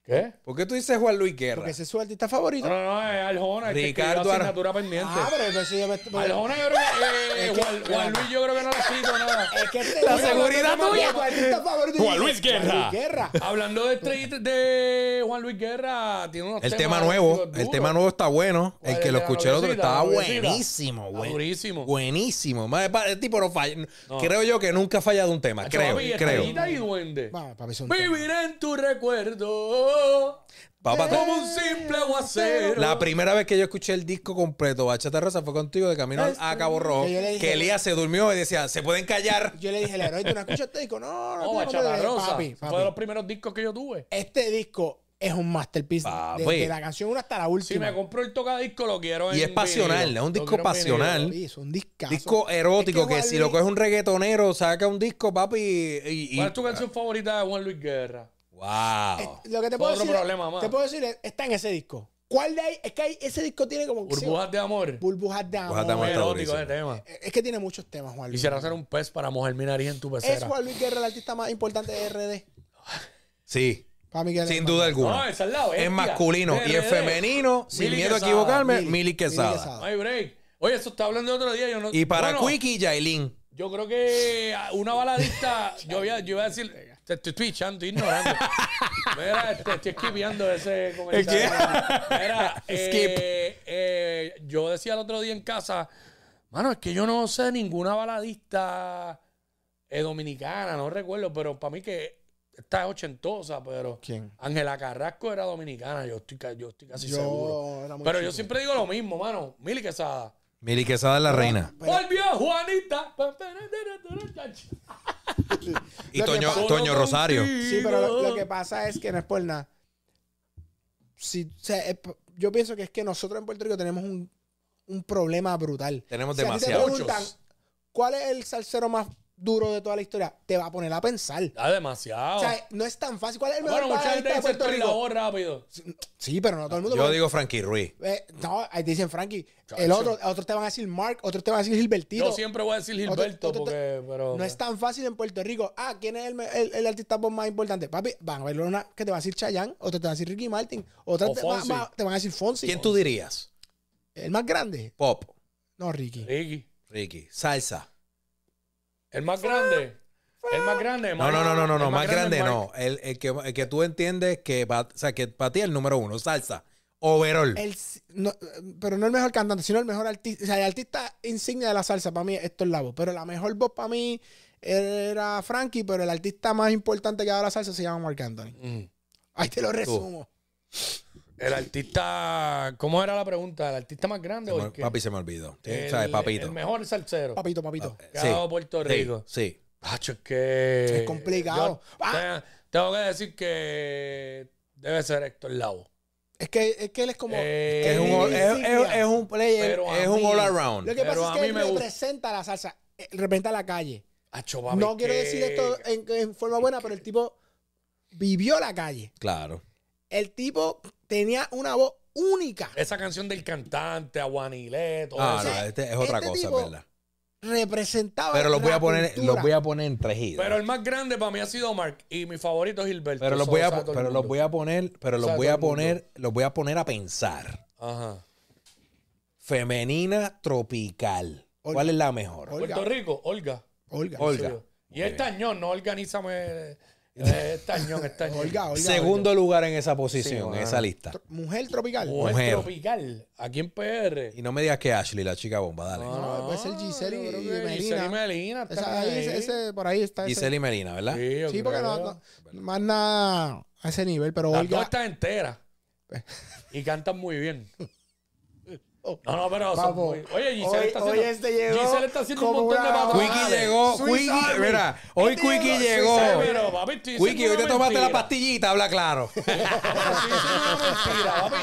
A: ¿Qué?
C: ¿Por qué tú dices Juan Luis Guerra?
B: Porque ese es su artista
A: No,
B: favorito.
A: no, no, eh, es Arjona. el que escribió
C: Ricardo Ar-
A: asignatura pendiente.
B: Ah, pero entonces yo me...
A: Arjona, yo creo que. eh,
B: Es que-
A: Juan, Juan Luis, yo creo que no le ha escrito
C: [LAUGHS]
A: nada.
B: Es que este-
C: La seguridad
B: Tu
C: tuya.
B: artista favorito.
E: Juan Luis Guerra.
B: Juan Luis Guerra.
A: Hablando de, estrellitas de Juan Luis Guerra, tiene unos
C: El
A: temas
C: tema nuevo,
A: duros.
C: el tema nuevo está bueno.
A: ¿Cuál
C: El
A: es
C: que lo
A: Pues, la
C: escuché el otro
A: noviecita,
C: estaba
A: la noviecita?
C: buenísimo,
A: Está
C: buen-
A: Ah, durísimo.
C: Buenísimo. Más, pa- El tipo no falla. Creo yo que nunca ha fallado un tema.
A: Hacho,
C: Creo,
A: papi,
C: creo.
A: Estrellita y duende.
B: Vamos, papi, son
A: Viviré en tu recuerdo.
C: Papá, te-
A: Como un simple aguacero.
C: Ah, La primera vez que yo escuché el disco completo, Bachata Rosa, fue contigo de camino al- a Cabo Rojo.
B: Que yo le dije-
C: Que Elías se durmió y decía, se pueden
A: [LAUGHS]
C: callar.
B: Yo le dije, la ¿tú no escuchas este disco? No, no,
A: No,
B: no,
A: Bachata
B: no,
A: Rosa.
B: papi,
A: Fue de los
B: papi.
A: primeros discos que yo tuve.
B: Este disco es un masterpiece.
C: Papi.
B: Desde la canción 1 hasta la
A: Si
B: última.
A: me compro el tocadisco, lo quiero en
C: Y es pasional,
A: vinilo.
C: es
A: Lo
C: un disco
A: quiero en
C: pasional.
A: vinilo.
B: Papi, es un discazo.
C: Disco erótico,
B: Es
C: que,
B: Juan
C: si lo
B: Luis-
C: coges un reggaetonero, saca un disco, papi, y... y-
A: ¿Cuál es tu canción favorita de Juan Luis Guerra?
C: ¡Wow!
B: Lo que te
A: Otro
B: puedo decir.
A: problema más.
B: Te puedo decir, está en ese disco. ¿Cuál de ahí? Es que ahí ese disco tiene como. que-
A: Burbujas de amor.
B: Burbujas de
C: Burbujas de
B: amor.
C: amor. está
A: erótico
C: durísimo.
A: ese tema.
B: Es que tiene muchos temas, Juan Luis.
A: Quisiera hacer un pez para mojar mi nariz en tu
B: Es
A: pecera.
B: Juan Luis Guerra el artista más importante de RD.
C: Sí,
B: Para mí que
C: sin duda
A: No,
C: alguna.
A: esa es la bestia.
C: Es masculino y es
A: RD.
C: femenino, sin
A: Mili
C: miedo a
A: Quesada,
C: equivocarme,
B: Mili,
C: Mili
B: Mili
C: Quesada.
B: Quesada.
A: No hay break. Oye, eso está hablando otro día. Yo no,
C: Y para
A: Bueno,
C: Quiki, Yailin.
A: Yo creo que una baladista, yo, voy a, yo iba a decir, te estoy pichando, estoy ignorando. Mira, este, estoy esquiviando ese comentario.
B: [LAUGHS]
A: Mira, eh, eh, yo decía el otro día en casa, mano, es que yo no sé ninguna baladista eh, dominicana, no recuerdo, pero para mí que está ochentosa, pero
B: ¿Quién?
A: Ángela Carrasco era dominicana, yo estoy, ca- yo estoy casi seguro.
B: Yo era muy
A: Pero yo
B: chico.
A: siempre digo lo mismo, mano, Mili Quesada.
C: Mili Quesada es la reina.
B: Pero-
A: Volvió Juanita.
C: Y
B: Lo que
C: Toño,
B: pasa-
C: Toño Rosario.
B: Sí, pero lo, lo que pasa es que no es por nada. Si, o sea, es p- yo pienso que es que nosotros en Puerto Rico tenemos un, un problema brutal.
C: Tenemos
B: Si a ti te
C: demasiados.
B: preguntan,
A: Muchos.
B: ¿cuál es el salsero más duro de toda la historia? Te va a poner a pensar.
A: Da Ah, demasiado.
B: O sea, no es tan fácil. ¿Cuál es el mejor
A: bueno, mucha gente
B: baladista de
A: dice
B: Puerto
A: esto en la
B: Rico?
A: voz rápido.
B: Sí, pero no todo el mundo.
C: Yo
B: porque-
C: digo Frankie Ruiz.
B: eh, no, ahí te dicen Frankie. El
A: Chacho.
B: otro, otros te van a decir Mark, otros te van a decir Gilbertito.
A: Yo siempre voy a decir
B: Otro-
A: Gilberto
B: otro-
A: porque. Pero,
B: No es tan fácil en Puerto Rico. Ah, ¿quién es el, me- el, el artista pop más importante? Papi, van a ver una que te va a decir Chayanne, otra te va a decir Ricky Martin, otra
A: O
B: te, va-
A: Fonsi.
B: va- te van a decir Fonsi.
C: ¿Quién tú dirías?
B: El más grande.
C: Pop,
B: No, Ricky.
A: Ricky.
C: Ricky. Salsa.
A: El más grande. El más grande,
C: No, no, no, no, no, no, más grande
A: es Mike.
C: no. El, el que, el que tú entiendes que, pa- o sea, que para ti es el número uno, salsa, overall.
B: El s- no, pero no el mejor cantante, sino el mejor artista. O sea, el artista insignia de la salsa para mí es Héctor Lavoe. Pero la mejor voz para mí era Frankie, pero el artista más importante que da la salsa se llama Marc Anthony.
A: Mm.
B: Ahí te lo resumo.
A: El artista. ¿Cómo era la pregunta? ¿El artista más grande
C: Se
A: o
C: me-
A: el que?
C: papi se me olvidó. Sí,
A: el,
C: ¿Sabes? Papito.
A: El mejor salsero.
B: Papito, papito.
A: que ha dado Puerto Rico.
C: Sí.
A: Hacho, es que.
B: Es complicado.
A: yo
B: Ah.
A: te- tengo que decir que debe ser Héctor Lavo.
B: Es que, es que él es como.
A: Eh,
C: Es, un, es, es- es un player,
A: Pero a
C: es un
A: mí-
C: all
B: Lo
C: around.
B: que
A: pero
B: pasa
A: a
B: es que
A: mí
B: él
A: me gusta.
B: representa la salsa. eh, Representa la calle.
A: Hacho, papi,
B: no quiero
A: que-
B: decir esto en, en forma buena, pero el tipo vivió la calle.
C: Claro.
B: El tipo tenía una voz única.
A: Esa canción del cantante, Aguanilé, todo
C: Ah,
A: eso.
C: no, este es otra
B: este
C: cosa,
B: tipo-
C: ¿verdad?
B: Representaba.
C: Pero los voy
B: la
C: a poner,
B: cultura.
C: los voy a poner en tres giras.
A: Pero el más grande para mí ha sido Mark. Y mi favorito es Gilberto.
C: Pero los
A: Eso
C: voy a,
A: sabe todo el
C: pero los
A: mundo.
C: voy a poner, pero los
A: Sabe
C: voy
A: todo
C: a
A: el mundo.
C: poner, los voy a poner a pensar.
A: Ajá.
C: Femenina tropical.
B: Olga.
C: ¿Cuál es la mejor?
B: Olga.
A: Puerto Rico, Olga.
B: Olga. Olga,
C: Olga.
A: Y es tañón, no
C: [LAUGHS]
A: organízame. eh, Es tañón, es tañón.
B: Olga. Olga.
C: Segundo lugar en esa posición, en esa lista.
B: Tro- Mujer tropical.
A: Mujer,
C: Mujer.
A: tropical, aquí en PR.
C: Y no me digas que Ashley, la chica bomba, dale.
B: No, puede ser Giselle y-
A: yo creo
B: y
A: que
B: Melina.
A: Giselle y Melina.
B: Esa-
A: están
B: ahí,
A: ahí.
B: ese- ese- por ahí está. ese.
C: Giselle y Melina, ¿verdad?
A: Sí, yo
B: Sí, porque
A: creo.
B: no, no- más nada a ese nivel, pero
A: Las dos
B: Olga.
A: están enteras. y cantan muy bien. No, no, pero son
B: Papo,
A: muy... Oye, Giselle
B: hoy-
A: está
B: hoy
A: haciendo...
B: este llegó
A: Giselle está haciendo un
B: como
A: montón de
B: una-
A: papas.
C: Wiki
B: Dale.
C: llegó,
B: Swiss
C: Wiki,
B: Army.
C: mira, hoy
B: Wiki
C: Wiki
B: llegó, Swiss
C: llegó.
B: Army.
A: Pero, papi, estoy
C: Wiki, hoy
A: diciendo
C: te
A: una
C: tomaste la
A: mentira.
C: pastillita, habla claro.
A: Estoy diciendo una mentira, papi.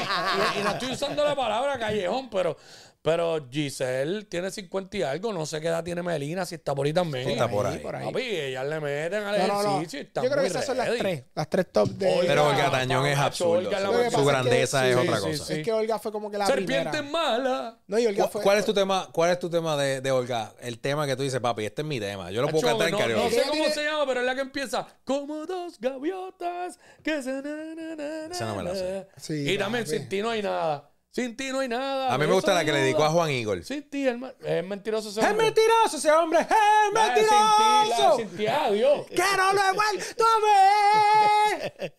A: Y, y no estoy usando la palabra callejón, pero... Pero Giselle tiene 50 y algo, no sé qué edad tiene Melina, si está por ahí también.
C: Está por ahí.
B: por ahí.
A: Papi, ellas le meten al
B: No, no, no.
A: ejercicio. y
B: Yo
A: están
B: creo que
A: muy
B: esas son las
A: ready.
B: tres. Las tres top de.
A: Olga.
C: Pero Olga Tañón es
A: Olga,
C: absurdo.
A: Olga, la
B: Lo que
C: Su,
B: pasa
C: su
B: es que-
C: grandeza es
B: sí,
C: otra
A: sí,
C: cosa.
A: sí.
B: Es que Olga fue como que la
A: Serpiente
B: primera.
A: mala.
B: No, y Olga
C: ¿Cu-
B: fue.
C: ¿Cuál es tu tema? ¿Cuál es tu tema de, de Olga? El tema que tú dices, papi, este es mi tema. Yo lo puedo
A: Acho,
C: cantar en
A: no, no
C: karaoke.
A: sé
B: Ella
A: cómo
B: tiene-
A: se llama, pero es la que empieza. Como dos gaviotas que se. na, na, na, na,
C: Esa no me la sé.
B: Sí,
A: y también
B: papi.
A: sin ti no hay nada. Sin ti no hay nada.
C: A mí me gusta la que le dedicó a
A: Juan.
C: Juan Eagle.
A: Sin ti, el ma- es mentiroso. ese
C: ¡Es
A: hombre.
C: mentiroso ese hombre! ¡Es
A: La de sin ti, la de
C: mentiroso!
A: sin ti, adiós.
C: ¡Que no lo he vuelto a ver!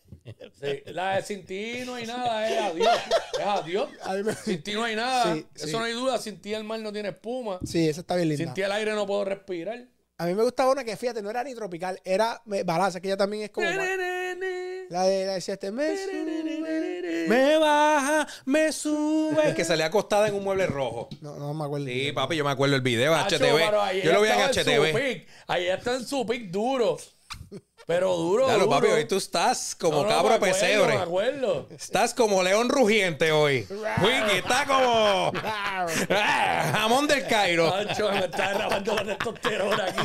A: Sí, la de sin ti no hay nada, es adiós. Es adiós.
B: A mí me-
A: Sin ti no hay nada.
B: Sí, sí.
A: Eso no hay duda. Sin ti el mar no tiene espuma.
B: Sí, esa está bien linda.
A: Sin ti el aire no puedo respirar.
B: A mí me gustaba una que, fíjate, no era ni tropical, era me- balada, que ella también es como. más- La de la este, de siete meses.
C: Me baja, me sube. Que salía acostada en un mueble rojo.
B: No, no me acuerdo.
C: Sí, papi, yo me acuerdo el video,
A: Tacho, pero ahí
C: HTV. Yo
A: ella
C: lo vi en
A: estaba su
C: HTV.
A: pick. Ahí está en su pick duro. Pero duro,
C: Claro,
A: duro.
C: papi, hoy tú estás como
A: No, no,
C: cabro
A: me acuerdo,
C: pesebre.
A: Me acuerdo.
C: Estás como león rugiente hoy. Wiki, está como. Ah, Jamón del Cairo.
A: Tacho, me está derramando la testosterona aquí.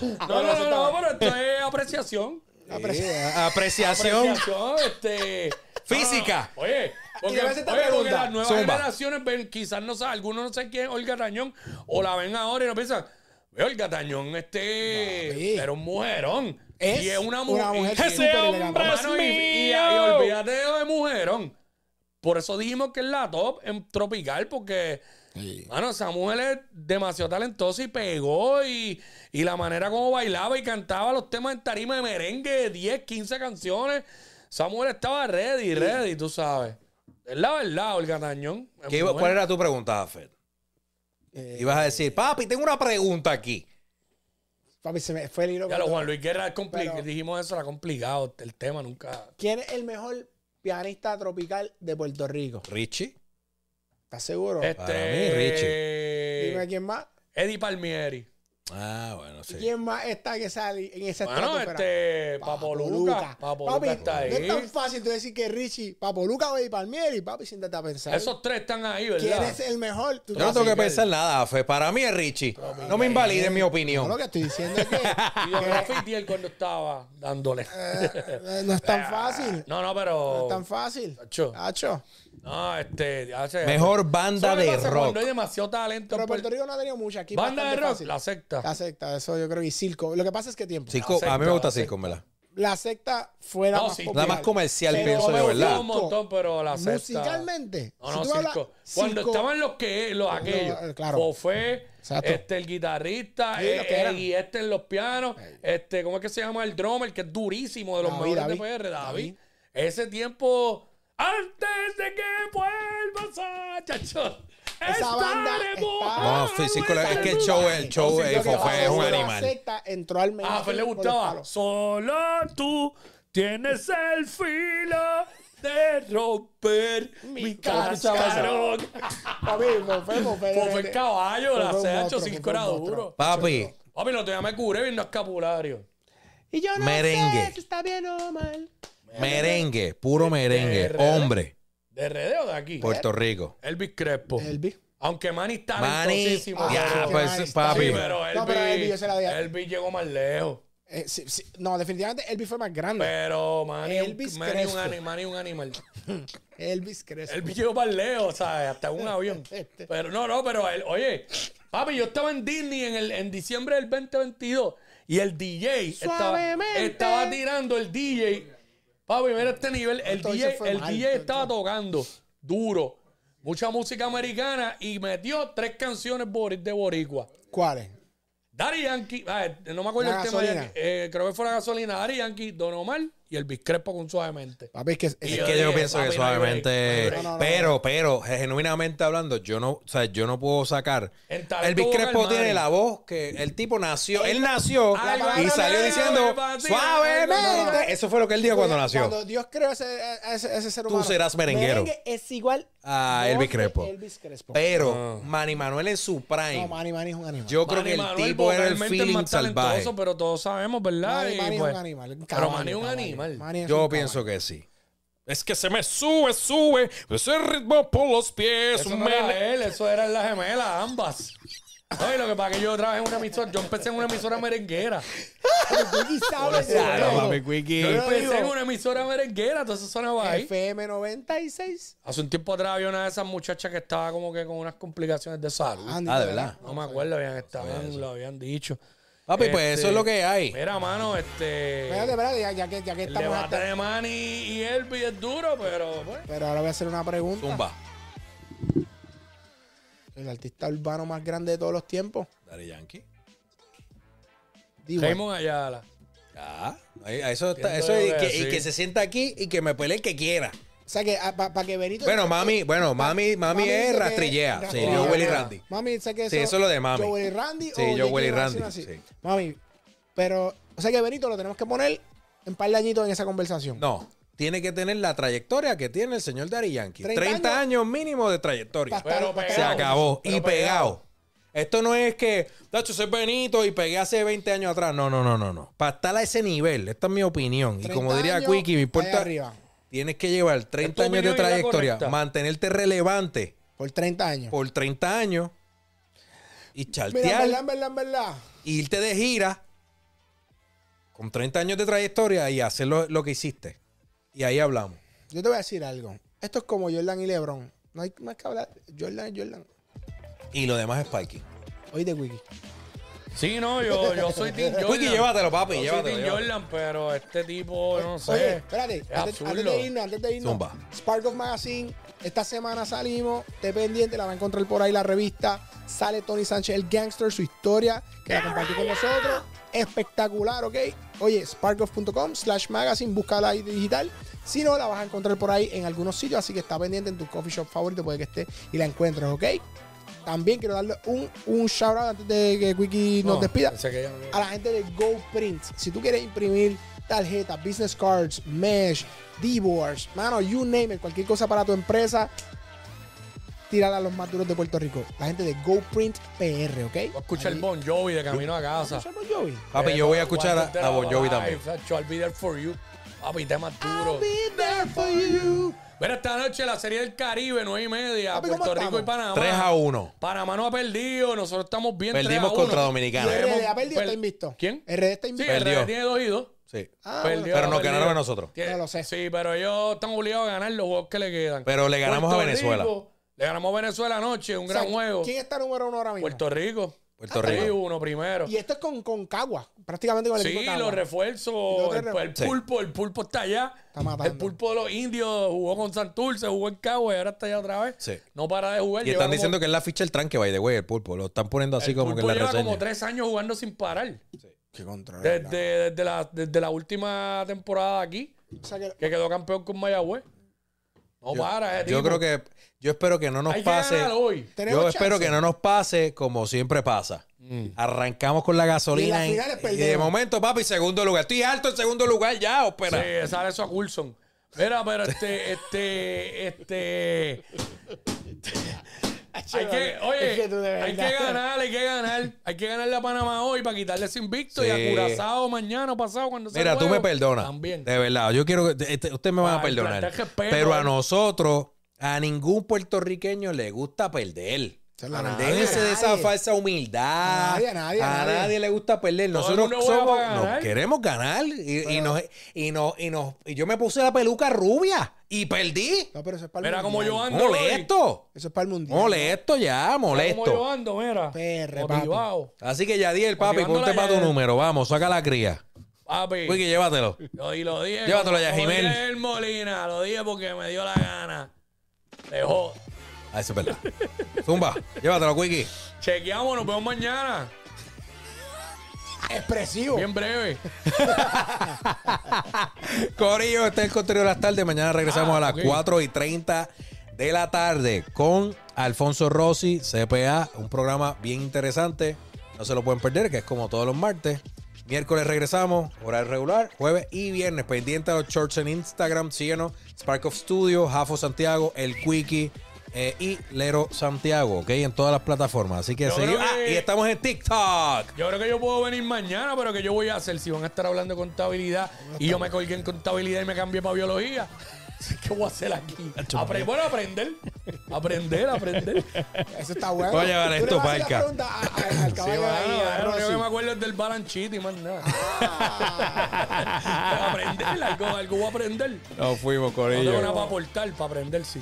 C: [LAUGHS]
A: No, no, no, no, pero esto es apreciación.
B: Ah,
C: Apreciación
A: Apreciación, Ah, este...
C: física.
A: Oye, porque,
B: Y debe ser esta
A: oye, porque
B: pregunta.
A: las nuevas
C: Zumba.
A: generaciones ven, quizás no saben, algunos no sé quién es Olga Tañón, o la ven ahora y no piensan, "Ve, Olga Tañón, este
B: Papi.
A: era un mujerón.
B: Es
A: y es una, mu-
B: una mujer
A: y-
B: Ese súper hombre elegante.
E: es
A: Mano, y- Y, y
E: mío.
A: olvídate de mujerón. Por eso dijimos que es la top en tropical, porque, mano, esa mujer es demasiado talentosa y pegó. Y, y la manera como bailaba y cantaba los temas en tarima de merengue, 10, 15 canciones. Esa mujer estaba ready, ready, tú sabes. Es la verdad, Olga Tañón. es
C: ¿Qué iba-
A: mujer.
C: ¿Cuál era tu pregunta, Jafet?
B: Eh,
C: Ibas a decir, papi, tengo una pregunta aquí.
B: Papi, se me fue el hilo.
A: Ya lo Juan Luis Guerra es complicado.
B: Pero-
A: Dijimos eso, era complicado. El tema nunca.
B: ¿Quién es el mejor pianista tropical de Puerto Rico?
C: Richie.
B: ¿Estás seguro?
A: Este.
C: Para mí,
B: Dime quién más.
A: Eddie Palmieri.
C: Ah, bueno, sí.
B: ¿Quién más está que sale en esa
A: Bueno,
B: estratosfera?
A: este. Papo Luca. Papo
B: Papi,
A: Luca está
B: no es tan
A: ahí.
B: fácil tú decir que Richie, Papo Luca o Eddie Palmieri, papi, siéntate a pensar.
A: Esos tres están ahí,
B: ¿Quién
A: ¿verdad?
B: es el mejor? Tú
C: Yo no
B: vas a
C: tengo que
B: decir
C: pensar nada, Jafet. Para mí es Richie. No me invalides mi
B: No, lo
C: opinión.
B: que estoy
A: [LAUGHS]
B: diciendo es que
A: Y yo era Fitiel cuando estaba dándole.
B: eh, no es
A: Ah.
B: tan fácil.
A: No, no,
B: No
A: pero.
B: es tan fácil.
A: Acho.
B: Acho.
A: Oh. No, este. ya sé.
C: Mejor banda
A: ¿Sabes qué
C: de
A: pasa Cuando
C: rock.
A: hay demasiado talento. en
B: Pero Puerto
A: Puerto-
B: Rico no ha tenido mucha. Aquí
A: Banda de
B: bastante
A: rock,
B: fácil.
A: la secta.
B: La secta, eso yo creo. Y circo. Lo que pasa es que tiempo.
C: Circo- a mí me gusta Circo, ¿verdad?
B: la secta fue la
A: No,
B: más
A: sí.
B: popular.
C: La más comercial,
B: Pero
C: pienso yo,
B: me
C: ¿verdad?
B: gustó.
A: Un montón, pero la secta-
B: Musicalmente.
A: No,
B: si
A: no,
B: tú hablas
A: circo. Cuando
B: circo-
A: estaban los que los aquellos.
B: eh, claro.
A: Fofé,
B: Exacto.
A: este el guitarrista,
B: Sí,
A: eh,
B: los que eran.
A: y este en los pianos, este, ¿cómo es que se llama el drummer? Que es durísimo de los
B: David,
A: mejores de
B: David.
A: PR, David.
B: David.
A: Ese tiempo, antes de que vuelva a pasar, chacho.
B: Esa banda
A: estaremos
B: estaba-
C: No,
A: a
C: sí, sí,
A: la
C: es que el show, el show
B: Entonces,
C: eh,
B: lo que
C: fue-
B: pasa
C: fue
B: es
C: un
B: que la
C: animal.
B: secta entró al
A: Ah, pues le
B: mainstream por los
A: gustaba.
B: palos.
A: Solo tú tienes el filo de romper mi
B: cara, [LAUGHS] chaval.
A: cascarón.
B: Papi, Fofé,
A: [LAUGHS]
B: Fofé,
A: Pues fue el
B: gente.
A: caballo, la
B: Fue un
A: Sancho,
B: monstruo,
A: cinco
B: fue un
A: era
B: monstruo.
A: duro.
C: Papi,
A: Papi, no te llames curé, no escapulario.
B: Y yo no
C: Merengue.
B: sé si está bien o mal.
C: merengue, puro merengue,
A: RD.
C: hombre,
A: ¿De RD o de aquí?
C: Puerto Rico.
A: Elvis Crespo.
B: Elvis.
A: Aunque Manny está
C: Manny,
A: talentosísimo.
C: ya,
A: pero-
C: pues,
B: Manny está
C: papi.
A: Sí,
B: bien.
A: pero Elvis,
B: No, pero Elvis yo se la di a-
A: Elvis llegó más lejos.
B: Eh, sí, sí. No, definitivamente Elvis fue más grande.
A: Pero Manny,
B: Elvis
A: Manny, un,
B: Crespo.
A: ani- Manny un animal.
B: Elvis Crespo.
A: El bicho parleo, ¿sabes? Hasta un
B: [LAUGHS]
A: avión. Pero no, no, pero él, oye, papi, yo estaba en Disney en, el, en diciembre del 2022 y el DJ estaba,
B: Suavemente.
A: estaba tirando el DJ. Papi, mira este nivel. El
B: Entonces
A: DJ,
B: fue
A: el
B: mal,
A: DJ estaba
B: entonces.
A: tocando duro. Mucha música americana y metió tres canciones bori- de Boricua.
B: ¿Cuál es?
A: Daddy Yankee, ah, eh, no me acuerdo
B: La
A: el tema. de
B: gasolina.
A: Yankee, eh, creo que fue la gasolina. Daddy Yankee, Don Omar y el Biscrepo con suavemente.
B: Papi, es que. es-
A: Y
C: Es que yo
A: Oye,
C: pienso que
A: papi, no hay break, no hay
C: suavemente,
A: break.
B: No, no, no.
C: pero, pero, genuinamente hablando, yo no, o sea, yo no puedo sacar.
A: El talento
C: El Crespo
A: vocal,
C: tiene
A: Manny.
C: la voz que el tipo nació, él nació
A: Ay,
C: y
A: Manny,
C: salió
A: Manny,
C: diciendo
A: Manny,
B: Manny, Manny.
C: suavemente. Eso fue lo que él dijo cuando nació.
B: Cuando Dios creó a ese, a ese, a ese ser
C: Tú
B: humano.
C: serás merenguero.
B: Merengue es igual
C: A
B: voz
C: Elvis
B: de
C: Crespo.
B: Elvis Crespo.
C: Pero Manny Manuel en su
B: No,
C: prime,
B: Manny Manny es un animal.
C: yo creo
A: Manny
C: que el
A: Manuel
C: tipo era el
A: vocalmente es
C: feeling
A: más
C: salvaje.
A: talentoso, pero todos sabemos, ¿verdad?
B: Manny,
A: Y,
B: Manny
A: pues,
B: es un animal. un
A: pero
B: caballo,
A: Manny es un
B: caballo.
A: animal.
B: Manny es
C: Yo
B: un
C: pienso que sí.
E: Es que se me sube, sube, ese ritmo por los pies.
A: Eso
E: un
A: no
E: mele-
A: era él, eso eran las gemelas, ambas. Oye, lo que pasa es que yo trabajé en una emisora, yo empecé en una emisora merenguera.
B: caballo. Tú sabes
A: Claro,
B: de todo.
A: papi, Yo
B: lo
A: empecé
B: digo.
A: en una emisora merenguera, todo eso sonaba ahí.
B: FM 96.
A: Hace un tiempo atrás había una de esas muchachas que estaba como que con unas complicaciones de salud.
B: Andy,
C: Ah, de verdad.
A: no me acuerdo, habían estado, lo habían dicho.
C: Papi, pues eso es lo que hay.
A: Este, Mira, mano, este.
B: Espérate, espérate, ya, ya que, ya que
A: el
B: estamos
A: debate
B: hasta-
A: de Manny y Elvis es duro, pero pues, bueno.
B: Pero ahora voy a hacer una pregunta.
C: Zumba.
B: El artista urbano más grande de todos los tiempos.
C: Daddy Yankee.
B: Digo,
A: Raymond Ayala.
C: Ya. Ahí- ahí Eso está-
A: Siento
C: eso y
A: yo que
C: que, y
A: sí.
C: que se sienta aquí y que me pelee el que quiera.
B: o sea que para que Benito.
C: Bueno, mami, bueno, mami, mami,
B: dice
C: es
B: que-
C: rastrillea. Sí,
B: rastrillea.
C: yo Willy Randy.
B: Mami dice que eso.
C: Sí, eso es lo de mami.
B: Joel y Randy.
C: Sí,
B: o
C: Joel
B: Jackie
C: y
B: Robinson,
C: Randy, sí.
B: Mami, pero. O sea que Benito lo tenemos que poner en par de añitos en esa conversación.
C: No, tiene que tener la trayectoria que tiene el señor Dari Yankee. 30,
B: 30
C: años mínimo de trayectoria.
B: Pa- Pero
C: Se
B: pegado.
C: acabó.
A: Pero
C: y pegado. Esto no es que, Tacho, soy Benito y pegué hace 20 años atrás. No, no, no, no, no. Para estar a ese nivel, esta es mi opinión. Y
B: 30
C: como diría
B: años,
C: Quickie, me
B: allá
C: importa.
B: arriba.
C: Tienes que llevar
A: Es tu
C: 30 años de
A: opinión y la
C: trayectoria,
A: correcta.
C: mantenerte relevante
B: Por 30 años.
C: por 30 años y
B: Mira, en verdad,
C: chartear,
B: en verdad, en verdad.
C: e irte de gira con 30 años de trayectoria y hacer lo, lo que hiciste. Y ahí hablamos.
B: Yo te voy a decir algo. Esto es como Jordan y LeBron. No hay más que hablar. Jordan es Jordan.
C: Y lo demás es Spiking.
B: Hoy de Wiki.
A: Sí, no, yo, yo soy Tim Jordan.
C: [LAUGHS] Wiki, llévatelo, papi,
A: Yo
C: llévatelo,
A: soy Tim
C: llévatelo.
A: Jordan, pero este tipo, no sé.
B: Oye, espérate,
A: Es
B: antes, antes
A: absurdo.
B: de irnos, antes de irnos.
C: Zumba.
B: Spark of Magazine, esta semana salimos, te pendiente, la va a encontrar por ahí la revista. Sale Tony Sánchez, el gangster, su historia, que la compartió con nosotros. Espectacular, ¿ok? Oye, sparkoff.com slash magazine, búscala ahí digital. Si no, la vas a encontrar por ahí en algunos sitios, así que está pendiente en tu coffee shop favorito, puede que esté y la encuentres, ¿ok? También quiero darle un, un shout out antes de que Wiki nos
A: No,
B: despida
A: pensé que ya no-
C: Ah.
B: a la gente de GoPrint. Si tú quieres imprimir tarjetas, business cards, mesh, D-boards, mano, you name it, cualquier cosa para tu empresa, tírala a los más duros de Puerto Rico. La gente de GoPrint PR, ¿ok?
A: Voy a escuchar
B: Ahí-
A: el Bon Jovi de camino a casa.
B: Escucha el Bon Jovi.
C: Papi, yo voy a escuchar a, a Bon Jovi también.
A: I'll be there for you. Papi, tema duro. Mira, esta noche la Serie del Caribe, 9 y media,
B: Papi, ¿cómo
A: Puerto Rico
B: estamos?
A: y Panamá.
C: 3 a 1.
A: Panamá no ha perdido, nosotros estamos bien. 3
C: Perdimos
A: a 1.
C: contra
B: Y
C: Dominicana.
A: Tenemos-
B: RD ha perdido,
A: per-
B: está invicto.
A: ¿Quién?
B: RD está
A: Sí,
B: invicto.
A: el
C: Perdió.
A: RD tiene 2 y 2.
C: Sí.
B: Ah,
A: Perdió,
B: bueno.
C: Pero nos
A: perdió.
C: ganaron a nosotros.
A: Tiene-
B: No lo sé.
A: Sí, pero ellos están obligados a ganar los juegos que le quedan.
C: Pero le ganamos a
A: Puerto
C: Venezuela.
A: Rico, le ganamos a Venezuela anoche, un
B: O sea,
A: gran juego.
B: ¿Quién está número uno ahora mismo?
A: Puerto Rico.
C: Puerto
A: Hay
C: Rico.
A: uno primero.
B: Y esto es con, con Cagua, prácticamente con el equipo
A: Sí,
B: de Cagua.
A: los refuerzos.
B: los
A: El,
B: refuerzos.
A: el pulpo, el pulpo está allá.
B: Está matando.
A: el pulpo de los indios jugó con Santurce, jugó en Cagua y ahora está allá otra vez.
C: Sí.
A: No para de jugar.
C: Y están diciendo que es la ficha del tranque, by the way, el pulpo. Lo están poniendo así como que en la
A: lleva como
C: reseña.
A: tres años jugando sin parar.
B: Qué control. ¿verdad?
A: Desde, desde la, desde la última temporada aquí,
B: O sea que-
A: que quedó campeón con Mayagüez. No para, ese
C: Yo
A: tipo.
C: creo que, yo espero que no nos
A: Hay que
C: pase.
A: ganar hoy.
B: Tenemos
C: Yo espero
B: chance.
C: que no nos pase como siempre pasa.
A: Mm.
C: Arrancamos con la
B: Y
C: gasolina
B: las
C: en-
B: finales
C: y de
B: perdemos.
C: momento, papi, segundo lugar. Estoy alto en segundo lugar ya, espera.
A: Sí, sale eso a Coulson. Mira, pero este, este, este.
B: [LAUGHS]
A: Hay que, oye,
B: Es que tú de verdad.
A: hay que ganar, hay que ganar. Hay que ganarle a Panamá hoy para quitarle ese invicto y
C: Sí.
A: a Curazao mañana o pasado cuando se
C: Mira, tú
A: juegue.
C: me perdonas.
A: También. Ah,
C: De verdad, yo quiero que este, usted me van a
A: Ay,
C: perdonar.
A: plantar respeto,
C: Pero a
A: eh.
C: nosotros, a ningún puertorriqueño le gusta perder.
B: Se la- a
C: Déjense
B: nadie.
C: de esa falsa humildad.
B: A nadie, a nadie, a
C: A
B: nadie.
C: nadie le gusta
A: Todo
C: perder.
A: el
C: Nosotros
A: mundo juega
C: somos,
A: para ganar.
C: nos queremos ganar. Y, y nos, y, nos, y, nos, y yo me puse la peluca rubia y perdí.
B: No, pero eso es para el
A: Mira cómo
B: mundial.
A: yo ando. hoy.
C: Molesto.
B: Eso es para el mundial.
C: Molesto ya,
A: Mira cómo yo
C: molesto.
A: ando, mira.
B: Perre, papi.
A: Motivado.
C: Así que ya di el papi,
A: Motivándola
C: ponte para tu
A: ya.
C: número. Vamos, saca la cría.
A: Papi.
C: Wiki, llévatelo.
A: Lo, y lo dije.
C: Llévatelo ya,
A: como- como
C: Jimel.
A: dije el Molina, lo dije porque me dio la gana. Dejó.
C: Ah, eso es verdad. Zumba, llévatelo, Wiki.
A: Chequeamos, nos vemos mañana.
B: Expresivo.
A: Bien breve.
C: Corillo, este es el contenido de las tardes. Mañana regresamos
A: Ah,
C: a las
A: ok.
C: 4 y 30 de la tarde con Alfonso Rossi, CPA. Un programa bien interesante. No se lo pueden perder, que es como todos los martes. Miércoles regresamos, horario regular, jueves y viernes. Pendiente a los shorts en Instagram, síguenos. Spark of Studio, Jafo Santiago, El Quickie eh, y Lero Santiago, ¿ok? En todas las plataformas. Así que
A: Yo creo
C: seguimos. Ah,
A: que-
C: y estamos en TikTok.
A: Yo creo que yo puedo venir mañana, pero que yo voy a hacer si van a estar hablando de contabilidad y yo me colgué en contabilidad y me cambié para biología. [LAUGHS] ¿Qué voy a hacer aquí? Apre- bueno, aprender. Aprender,
C: [LAUGHS]
A: aprender.
B: Eso está bueno.
C: Voy a llevar esto
B: Tú le vas a hacer la
C: parca.
B: pregunta a- a- al caballo ahí,
A: Bueno,
B: a
A: lo único que me
B: Rossi.
A: acuerdo es del balanchito y más nada. Pero [LAUGHS] aprender, algo, algo voy a aprender.
C: Ah. Nos fuimos,
A: No
C: Corillo.
A: tengo nada para aportar, para aprender, sí.